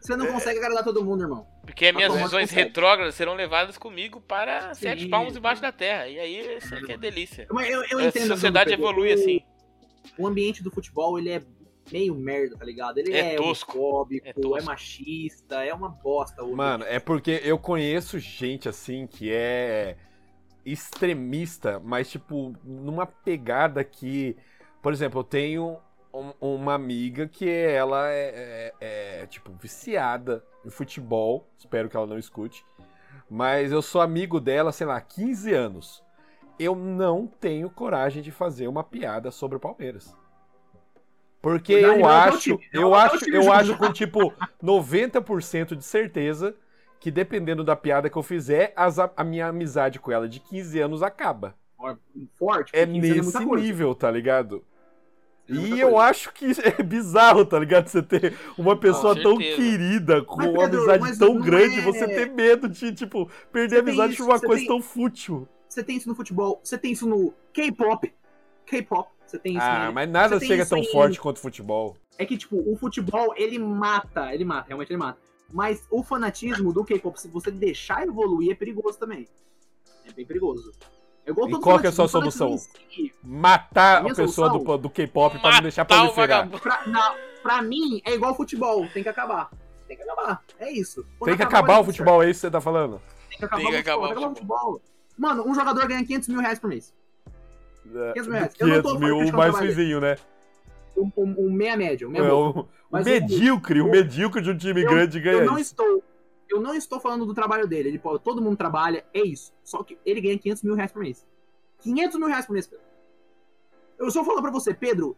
Speaker 4: Você não consegue agradar todo mundo, irmão.
Speaker 1: Porque minhas
Speaker 4: Agora
Speaker 1: visões
Speaker 4: consegue.
Speaker 1: retrógradas serão levadas comigo para
Speaker 4: Sim.
Speaker 1: sete palmos embaixo da terra. E aí, isso aqui é delícia.
Speaker 4: Mas eu, eu
Speaker 1: A
Speaker 4: entendo.
Speaker 1: sociedade
Speaker 4: Pedro.
Speaker 1: evolui
Speaker 4: O-
Speaker 1: assim.
Speaker 4: O ambiente do futebol, ele é meio merda, tá ligado? Ele
Speaker 1: É
Speaker 4: é,
Speaker 1: tosco.
Speaker 4: homofóbico,
Speaker 1: É
Speaker 4: é,
Speaker 1: tosco.
Speaker 4: machista, é uma bosta. o-
Speaker 3: Mano, é porque eu conheço gente assim que é extremista, mas tipo, numa pegada que. Por exemplo, eu tenho um- uma amiga que ela é, é- é, tipo, viciada em futebol. Espero que ela não escute. Mas eu sou amigo dela, sei lá, 15 anos. Eu não tenho coragem de fazer uma piada sobre o Palmeiras. Porque
Speaker 4: O Dani
Speaker 3: eu
Speaker 4: não é o meu
Speaker 3: acho,
Speaker 4: time, não é o
Speaker 3: eu
Speaker 4: meu
Speaker 3: acho,
Speaker 4: time
Speaker 3: eu
Speaker 4: junto.
Speaker 3: acho com tipo 90% de certeza que dependendo da piada que eu fizer, as- a minha amizade com ela de 15 anos acaba.
Speaker 4: Ó, Forte.
Speaker 3: É
Speaker 4: porque isso muita
Speaker 3: nesse
Speaker 4: coisa.
Speaker 3: nível, tá ligado?
Speaker 4: Isso é muita
Speaker 3: E eu
Speaker 4: coisa.
Speaker 3: acho que é bizarro, tá ligado? Você ter uma pessoa tão
Speaker 1: certeza.
Speaker 3: querida, com
Speaker 4: Mas,
Speaker 3: uma
Speaker 4: Pedro,
Speaker 3: amizade
Speaker 4: mas
Speaker 3: tão
Speaker 4: não
Speaker 3: grande,
Speaker 4: é-
Speaker 3: você ter medo de, tipo, perder a
Speaker 4: Você tem
Speaker 3: amizade
Speaker 4: isso,
Speaker 3: por uma
Speaker 4: você
Speaker 3: coisa
Speaker 4: tem-
Speaker 3: tão fútil.
Speaker 4: Você tem isso no futebol, você tem isso no K-pop. K-pop, você tem isso.
Speaker 3: Ah,
Speaker 4: nele.
Speaker 3: mas nada
Speaker 4: Você tem
Speaker 3: chega
Speaker 4: isso
Speaker 3: tão
Speaker 4: em-
Speaker 3: forte quanto o futebol.
Speaker 4: É que, tipo, o futebol, ele mata, ele mata, realmente ele mata. Mas o fanatismo do K-pop, se você deixar evoluir, é perigoso também. É bem perigoso. É igual
Speaker 3: E
Speaker 4: todo
Speaker 3: qual que é a
Speaker 4: fanatismo,
Speaker 3: sua
Speaker 4: o fanatismo
Speaker 3: solução?
Speaker 4: em si,
Speaker 3: Matar a
Speaker 4: Minha
Speaker 3: pessoa
Speaker 4: solução?
Speaker 3: do, do K-pop pra não deixar
Speaker 1: Matar o
Speaker 3: proliferar.
Speaker 1: vagabundo.
Speaker 4: Pra, na- pra mim, é igual futebol, tem que acabar. Tem que acabar, é isso. Quando
Speaker 3: Tem que acabar o
Speaker 4: vai dar
Speaker 3: futebol, é isso que você tá falando?
Speaker 4: certo. Tem que acabar, o, futebol. tem que acabar o futebol. Mano, um jogador ganha 500 mil reais por mês.
Speaker 3: É,
Speaker 4: 500 mil reais. Eu não
Speaker 3: 500
Speaker 4: tô falando
Speaker 3: mil,
Speaker 4: que
Speaker 3: o
Speaker 4: eu
Speaker 3: mais
Speaker 4: trabalho.
Speaker 3: vizinho, né?
Speaker 4: Um, um, um meia média, um meia
Speaker 3: É,
Speaker 4: boca.
Speaker 3: o, o
Speaker 4: Mas
Speaker 3: medíocre, o
Speaker 4: o-
Speaker 3: medíocre de um time
Speaker 4: eu-
Speaker 3: grande ganha
Speaker 4: eu não
Speaker 3: isso.
Speaker 4: estou eu não estou falando do trabalho dele ele pô, todo mundo trabalha é isso só que ele ganha 500 mil reais por mês 500 mil reais por mês Pedro. eu só falo pra você Pedro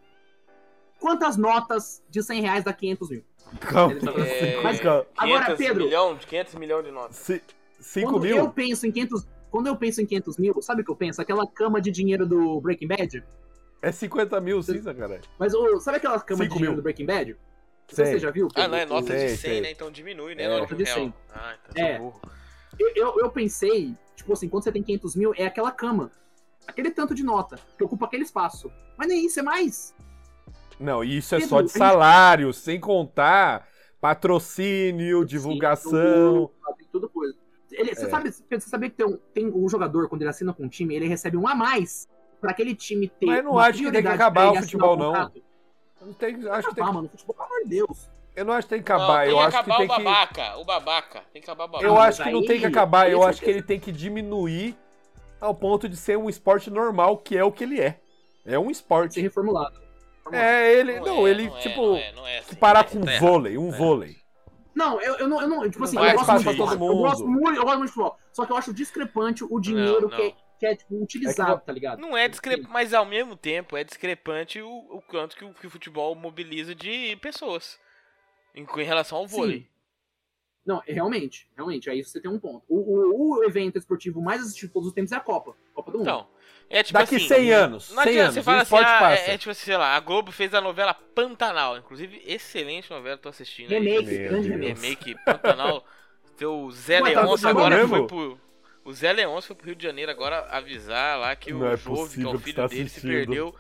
Speaker 4: quantas notas de 100 reais dá 500 mil
Speaker 3: Calma,
Speaker 1: É,
Speaker 3: mas calma.
Speaker 4: Agora,
Speaker 1: 500
Speaker 4: Pedro.
Speaker 1: Milhão, 500 milhões de notas.
Speaker 3: Ci- cinco
Speaker 4: quando
Speaker 3: mil?
Speaker 4: eu penso em 500 quando eu penso em 500 mil sabe o que eu penso aquela cama de dinheiro do Breaking Bad
Speaker 3: É 50 mil cinza, cara.
Speaker 4: mas ô, sabe aquela cama
Speaker 3: Cinco
Speaker 4: de dinheiro
Speaker 3: mil.
Speaker 4: do Breaking Bad
Speaker 3: Sei.
Speaker 4: você já viu
Speaker 1: Ah,
Speaker 4: Pedro?
Speaker 1: não, é nota
Speaker 3: Sei,
Speaker 1: de 100,
Speaker 3: sei.
Speaker 1: né? Então diminui, né?
Speaker 3: É,
Speaker 1: nota
Speaker 4: nota de 100.
Speaker 1: Ah, então
Speaker 4: É.
Speaker 1: sou burro.
Speaker 4: Eu, eu, eu pensei, tipo assim, quando você tem 500 mil, é aquela cama. Aquele tanto de nota, que ocupa aquele espaço. Mas nem isso, é mais.
Speaker 3: Não, e isso é
Speaker 4: Pedro,
Speaker 3: só de
Speaker 4: a gente-
Speaker 3: salário, sem contar patrocínio, divulgação.
Speaker 4: Tem tudo coisa. Ele,
Speaker 3: É.
Speaker 4: Você sabe Pedro, você sabia que tem, um, tem um jogador, quando ele assina com um time, ele recebe um a mais pra aquele time ter.
Speaker 3: Mas eu não
Speaker 4: uma
Speaker 3: acho que tem que
Speaker 4: prioridade
Speaker 3: acabar
Speaker 4: pra
Speaker 3: o
Speaker 4: ele assinar
Speaker 3: futebol, não.
Speaker 4: contrato.
Speaker 3: Eu não tenho- acho que tem
Speaker 4: Ah,
Speaker 3: que-
Speaker 4: mano, futebol, pelo amor de Deus.
Speaker 3: eu não acho que tem que
Speaker 1: Não,
Speaker 3: acabar.
Speaker 1: tem
Speaker 3: eu
Speaker 1: que
Speaker 3: acho que
Speaker 1: acabar
Speaker 3: tem
Speaker 1: o
Speaker 3: que.
Speaker 1: babaca. O babaca. Tem que acabar o babaca.
Speaker 3: Eu
Speaker 4: Ah,
Speaker 3: acho
Speaker 4: mas
Speaker 3: que não
Speaker 4: aí- é
Speaker 3: tem que acabar. Eu
Speaker 4: aí
Speaker 3: acho
Speaker 4: você
Speaker 3: que ele tem que diminuir ao ponto de ser um esporte normal, que é o que ele é. É um
Speaker 4: Ser
Speaker 3: esporte.
Speaker 4: reformulado.
Speaker 3: É, ele. Não,
Speaker 1: é,
Speaker 3: ele,
Speaker 1: não é,
Speaker 3: tipo,
Speaker 1: não é, não é assim,
Speaker 3: se parar
Speaker 1: né?
Speaker 3: com
Speaker 1: Tá errado.
Speaker 3: vôlei, um
Speaker 1: É.
Speaker 3: vôlei.
Speaker 4: Não, eu, eu não, eu não. Tipo assim,
Speaker 1: vai
Speaker 4: eu gosto
Speaker 1: espaço
Speaker 4: muito
Speaker 1: pra
Speaker 4: de
Speaker 1: todo
Speaker 4: futebol. Eu
Speaker 3: mundo.
Speaker 4: gosto muito, eu gosto muito de futebol. Só que eu acho discrepante o dinheiro
Speaker 1: não.
Speaker 4: Que, é, que é, tipo, utilizado, tá ligado?
Speaker 1: Não é discrepante, mas ao mesmo tempo é discrepante o, o quanto que o, que o futebol mobiliza de pessoas. Em, em relação ao
Speaker 4: Sim.
Speaker 1: vôlei.
Speaker 4: Não, é realmente, realmente, aí você tem um ponto. O, o- o evento esportivo mais assistido de todos os tempos é a Copa. Copa do Mundo.
Speaker 1: Então, é tipo
Speaker 3: Daqui
Speaker 1: assim,
Speaker 3: 100 anos.
Speaker 1: Não
Speaker 3: 100
Speaker 1: adianta você
Speaker 3: anos. O
Speaker 1: falar assim,
Speaker 3: esporte
Speaker 1: ah, é, é
Speaker 3: passa.
Speaker 1: tipo assim, sei lá, a Globo fez a novela Pantanal. Inclusive, excelente novela, tô assistindo. aí.
Speaker 4: remake,
Speaker 3: Meu
Speaker 4: grande
Speaker 3: Deus.
Speaker 4: remake.
Speaker 1: Remake Pantanal. Seu Zé
Speaker 4: Ué, tá
Speaker 1: Leôncio
Speaker 4: acontecendo
Speaker 1: agora
Speaker 3: mesmo?
Speaker 1: foi pro. O Zé Leôncio foi pro Rio de Janeiro agora avisar lá que
Speaker 3: Não
Speaker 1: o
Speaker 3: é
Speaker 1: Jove, que é
Speaker 3: possível
Speaker 1: o
Speaker 3: que
Speaker 1: filho
Speaker 3: tá
Speaker 1: dele, se
Speaker 3: assistindo.
Speaker 1: perdeu.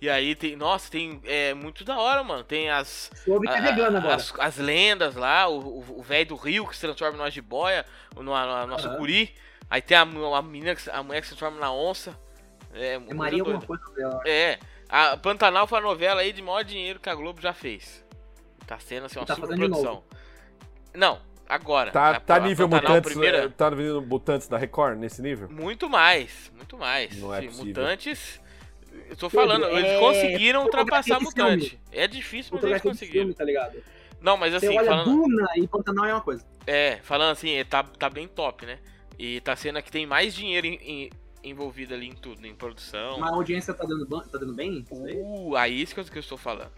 Speaker 1: E aí tem. Nossa, tem. É muito da hora, mano. Tem as.
Speaker 4: Soube que é
Speaker 1: a-
Speaker 4: vegano
Speaker 1: a-
Speaker 4: agora.
Speaker 1: As, as lendas lá, o- o o velho do rio que se transforma numa jiboia, no, no, no
Speaker 4: Aham.
Speaker 1: sucuri. Aí tem a, mu- a, menina que se- a mulher que se transforma na onça. É,
Speaker 4: É
Speaker 1: muito
Speaker 4: Maria
Speaker 1: doido.
Speaker 4: alguma coisa dela.
Speaker 1: É, a Pantanal foi a novela aí de maior dinheiro que a Globo já fez. Tá sendo assim, uma
Speaker 4: Tá
Speaker 1: super
Speaker 4: fazendo de
Speaker 1: produção. Não, agora.
Speaker 3: Tá,
Speaker 1: A-
Speaker 3: tá
Speaker 1: a
Speaker 3: nível
Speaker 1: É Pantanal,
Speaker 3: mutantes.
Speaker 1: primeira,
Speaker 3: Tá nível mutantes da Record nesse nível?
Speaker 1: Muito mais, muito mais.
Speaker 3: Não é
Speaker 1: Sim,
Speaker 3: possível.
Speaker 1: Mutantes. Eu tô
Speaker 4: Pedro,
Speaker 1: falando, eles
Speaker 4: é
Speaker 1: conseguiram ultrapassar
Speaker 4: fotografia de
Speaker 1: Mutante. É difícil, mas eles
Speaker 4: Fotografia de
Speaker 1: conseguiram.
Speaker 4: filme, tá ligado?
Speaker 1: Não, mas
Speaker 4: Você
Speaker 1: assim,
Speaker 4: olha
Speaker 1: falando.
Speaker 4: Duna e Pantanal é uma coisa.
Speaker 1: É, falando assim, é, tá, tá bem top, né? E tá sendo a que tem mais dinheiro em- em- envolvido ali em tudo, em produção.
Speaker 4: Mas a audiência tá dando, ban- tá dando bem? não sei.
Speaker 1: Uh, aí isso que eu, que eu estou falando.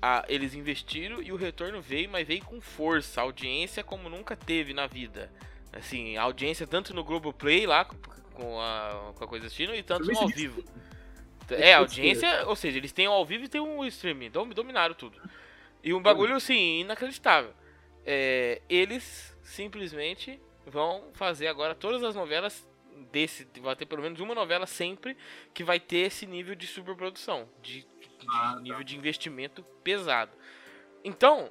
Speaker 1: Ah, eles investiram e o retorno veio, mas veio com força, audiência como nunca teve na vida. Assim, audiência tanto no Globoplay lá com- com a, com a coisa assistindo e tanto no Tá ao vivo. É,
Speaker 4: tá?
Speaker 1: audiência, ou seja, eles têm o ao vivo e tem o streaming, dom- dominaram tudo. E um bagulho assim, inacreditável. É, eles simplesmente vão fazer agora todas as novelas desse. Vai ter pelo menos uma novela sempre que vai ter esse nível de superprodução, de, de
Speaker 4: Ah, tá.
Speaker 1: nível de investimento pesado. Então,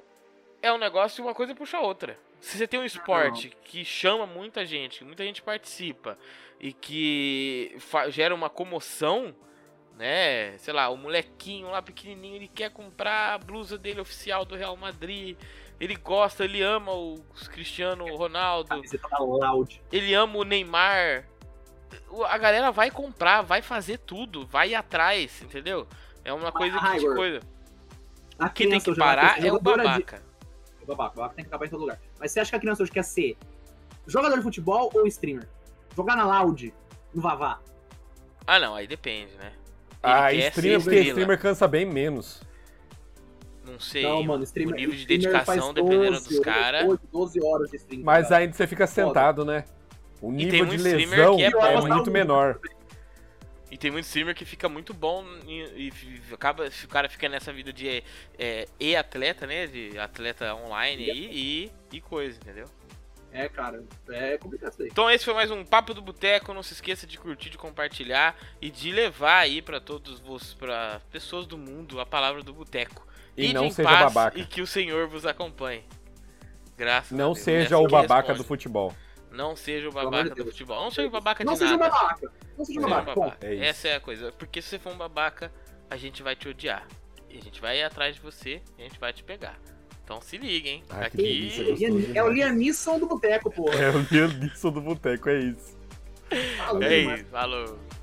Speaker 1: é um negócio, uma coisa puxa a outra. Se você tem um esporte que chama muita gente, que muita gente participa e que fa- gera uma comoção, né? Sei lá, o molequinho lá pequenininho, ele quer comprar a blusa dele oficial do Real Madrid. Ele gosta, ele ama o Cristiano Ronaldo,
Speaker 4: Você tá loud.
Speaker 1: ele ama o Neymar. O- A galera vai comprar, vai fazer tudo, vai ir atrás, entendeu? É uma coisa que de
Speaker 4: Igor,
Speaker 1: coisa.
Speaker 4: A
Speaker 1: Quem tem
Speaker 4: criança
Speaker 1: que
Speaker 4: hoje, ela
Speaker 1: parar
Speaker 4: quer-
Speaker 1: é o
Speaker 4: jogadora de- É
Speaker 1: babaca.
Speaker 4: O babaca, o babaca tem que acabar em todo lugar. Mas você acha que a criança hoje quer ser jogador de futebol ou streamer? Jogar na loud, no Vavá.
Speaker 1: Ah, não, aí depende, né?
Speaker 3: Ah,
Speaker 1: quer
Speaker 3: streamer,
Speaker 1: ser
Speaker 3: porque
Speaker 1: estrela.
Speaker 3: streamer cansa bem menos.
Speaker 1: Não sei.
Speaker 4: Não, mano,
Speaker 1: o
Speaker 4: streamer,
Speaker 1: nível de
Speaker 4: streamer faz
Speaker 1: dedicação, dependendo
Speaker 4: 12,
Speaker 1: dos caras.
Speaker 4: 8, 12 horas de stream.
Speaker 3: Mas
Speaker 4: cara.
Speaker 3: ainda você fica sentado, né? O
Speaker 1: tem
Speaker 3: nível
Speaker 1: um
Speaker 3: de
Speaker 1: streamer
Speaker 3: lesão
Speaker 1: que
Speaker 3: é,
Speaker 1: é bom, hein?
Speaker 3: muito menor.
Speaker 1: E tem muito streamer que fica muito bom e, e f- acaba, o cara fica nessa vida de é, e-atleta, né? De atleta online aí e, e coisa, entendeu?
Speaker 4: É, cara, é complicado isso aí.
Speaker 1: Então esse foi mais um Papo do Boteco. Não se esqueça de curtir, de compartilhar e de levar aí pra todos vocês, para pessoas do mundo, a palavra do boteco.
Speaker 3: E
Speaker 1: Ide
Speaker 3: não
Speaker 1: em
Speaker 3: seja
Speaker 1: paz
Speaker 3: babaca.
Speaker 1: E que o Senhor vos acompanhe. Graças a
Speaker 3: Não
Speaker 1: Deus.
Speaker 3: seja
Speaker 1: né? Essa
Speaker 3: o
Speaker 1: que
Speaker 3: babaca
Speaker 1: responde.
Speaker 3: do futebol.
Speaker 1: Não seja o
Speaker 4: amor de
Speaker 1: babaca do
Speaker 4: Deus.
Speaker 1: futebol. Não seja o babaca
Speaker 4: Não
Speaker 1: de
Speaker 4: seja um
Speaker 1: nada.
Speaker 4: babaca. Não seja um
Speaker 1: Não seja
Speaker 4: babaca.
Speaker 1: um
Speaker 4: Pô,
Speaker 1: babaca.
Speaker 3: É isso.
Speaker 1: Essa é a coisa. Porque se você for um babaca, a gente vai te odiar. E a gente vai ir atrás de você e a gente vai te pegar. Então se liga, hein?
Speaker 3: Ah, que delícia,
Speaker 1: Aqui.
Speaker 4: É o Lianisson do boteco, porra.
Speaker 3: É o Leandro do Boteco, é isso.
Speaker 4: Falou,
Speaker 1: É
Speaker 4: mano.
Speaker 1: isso, falou.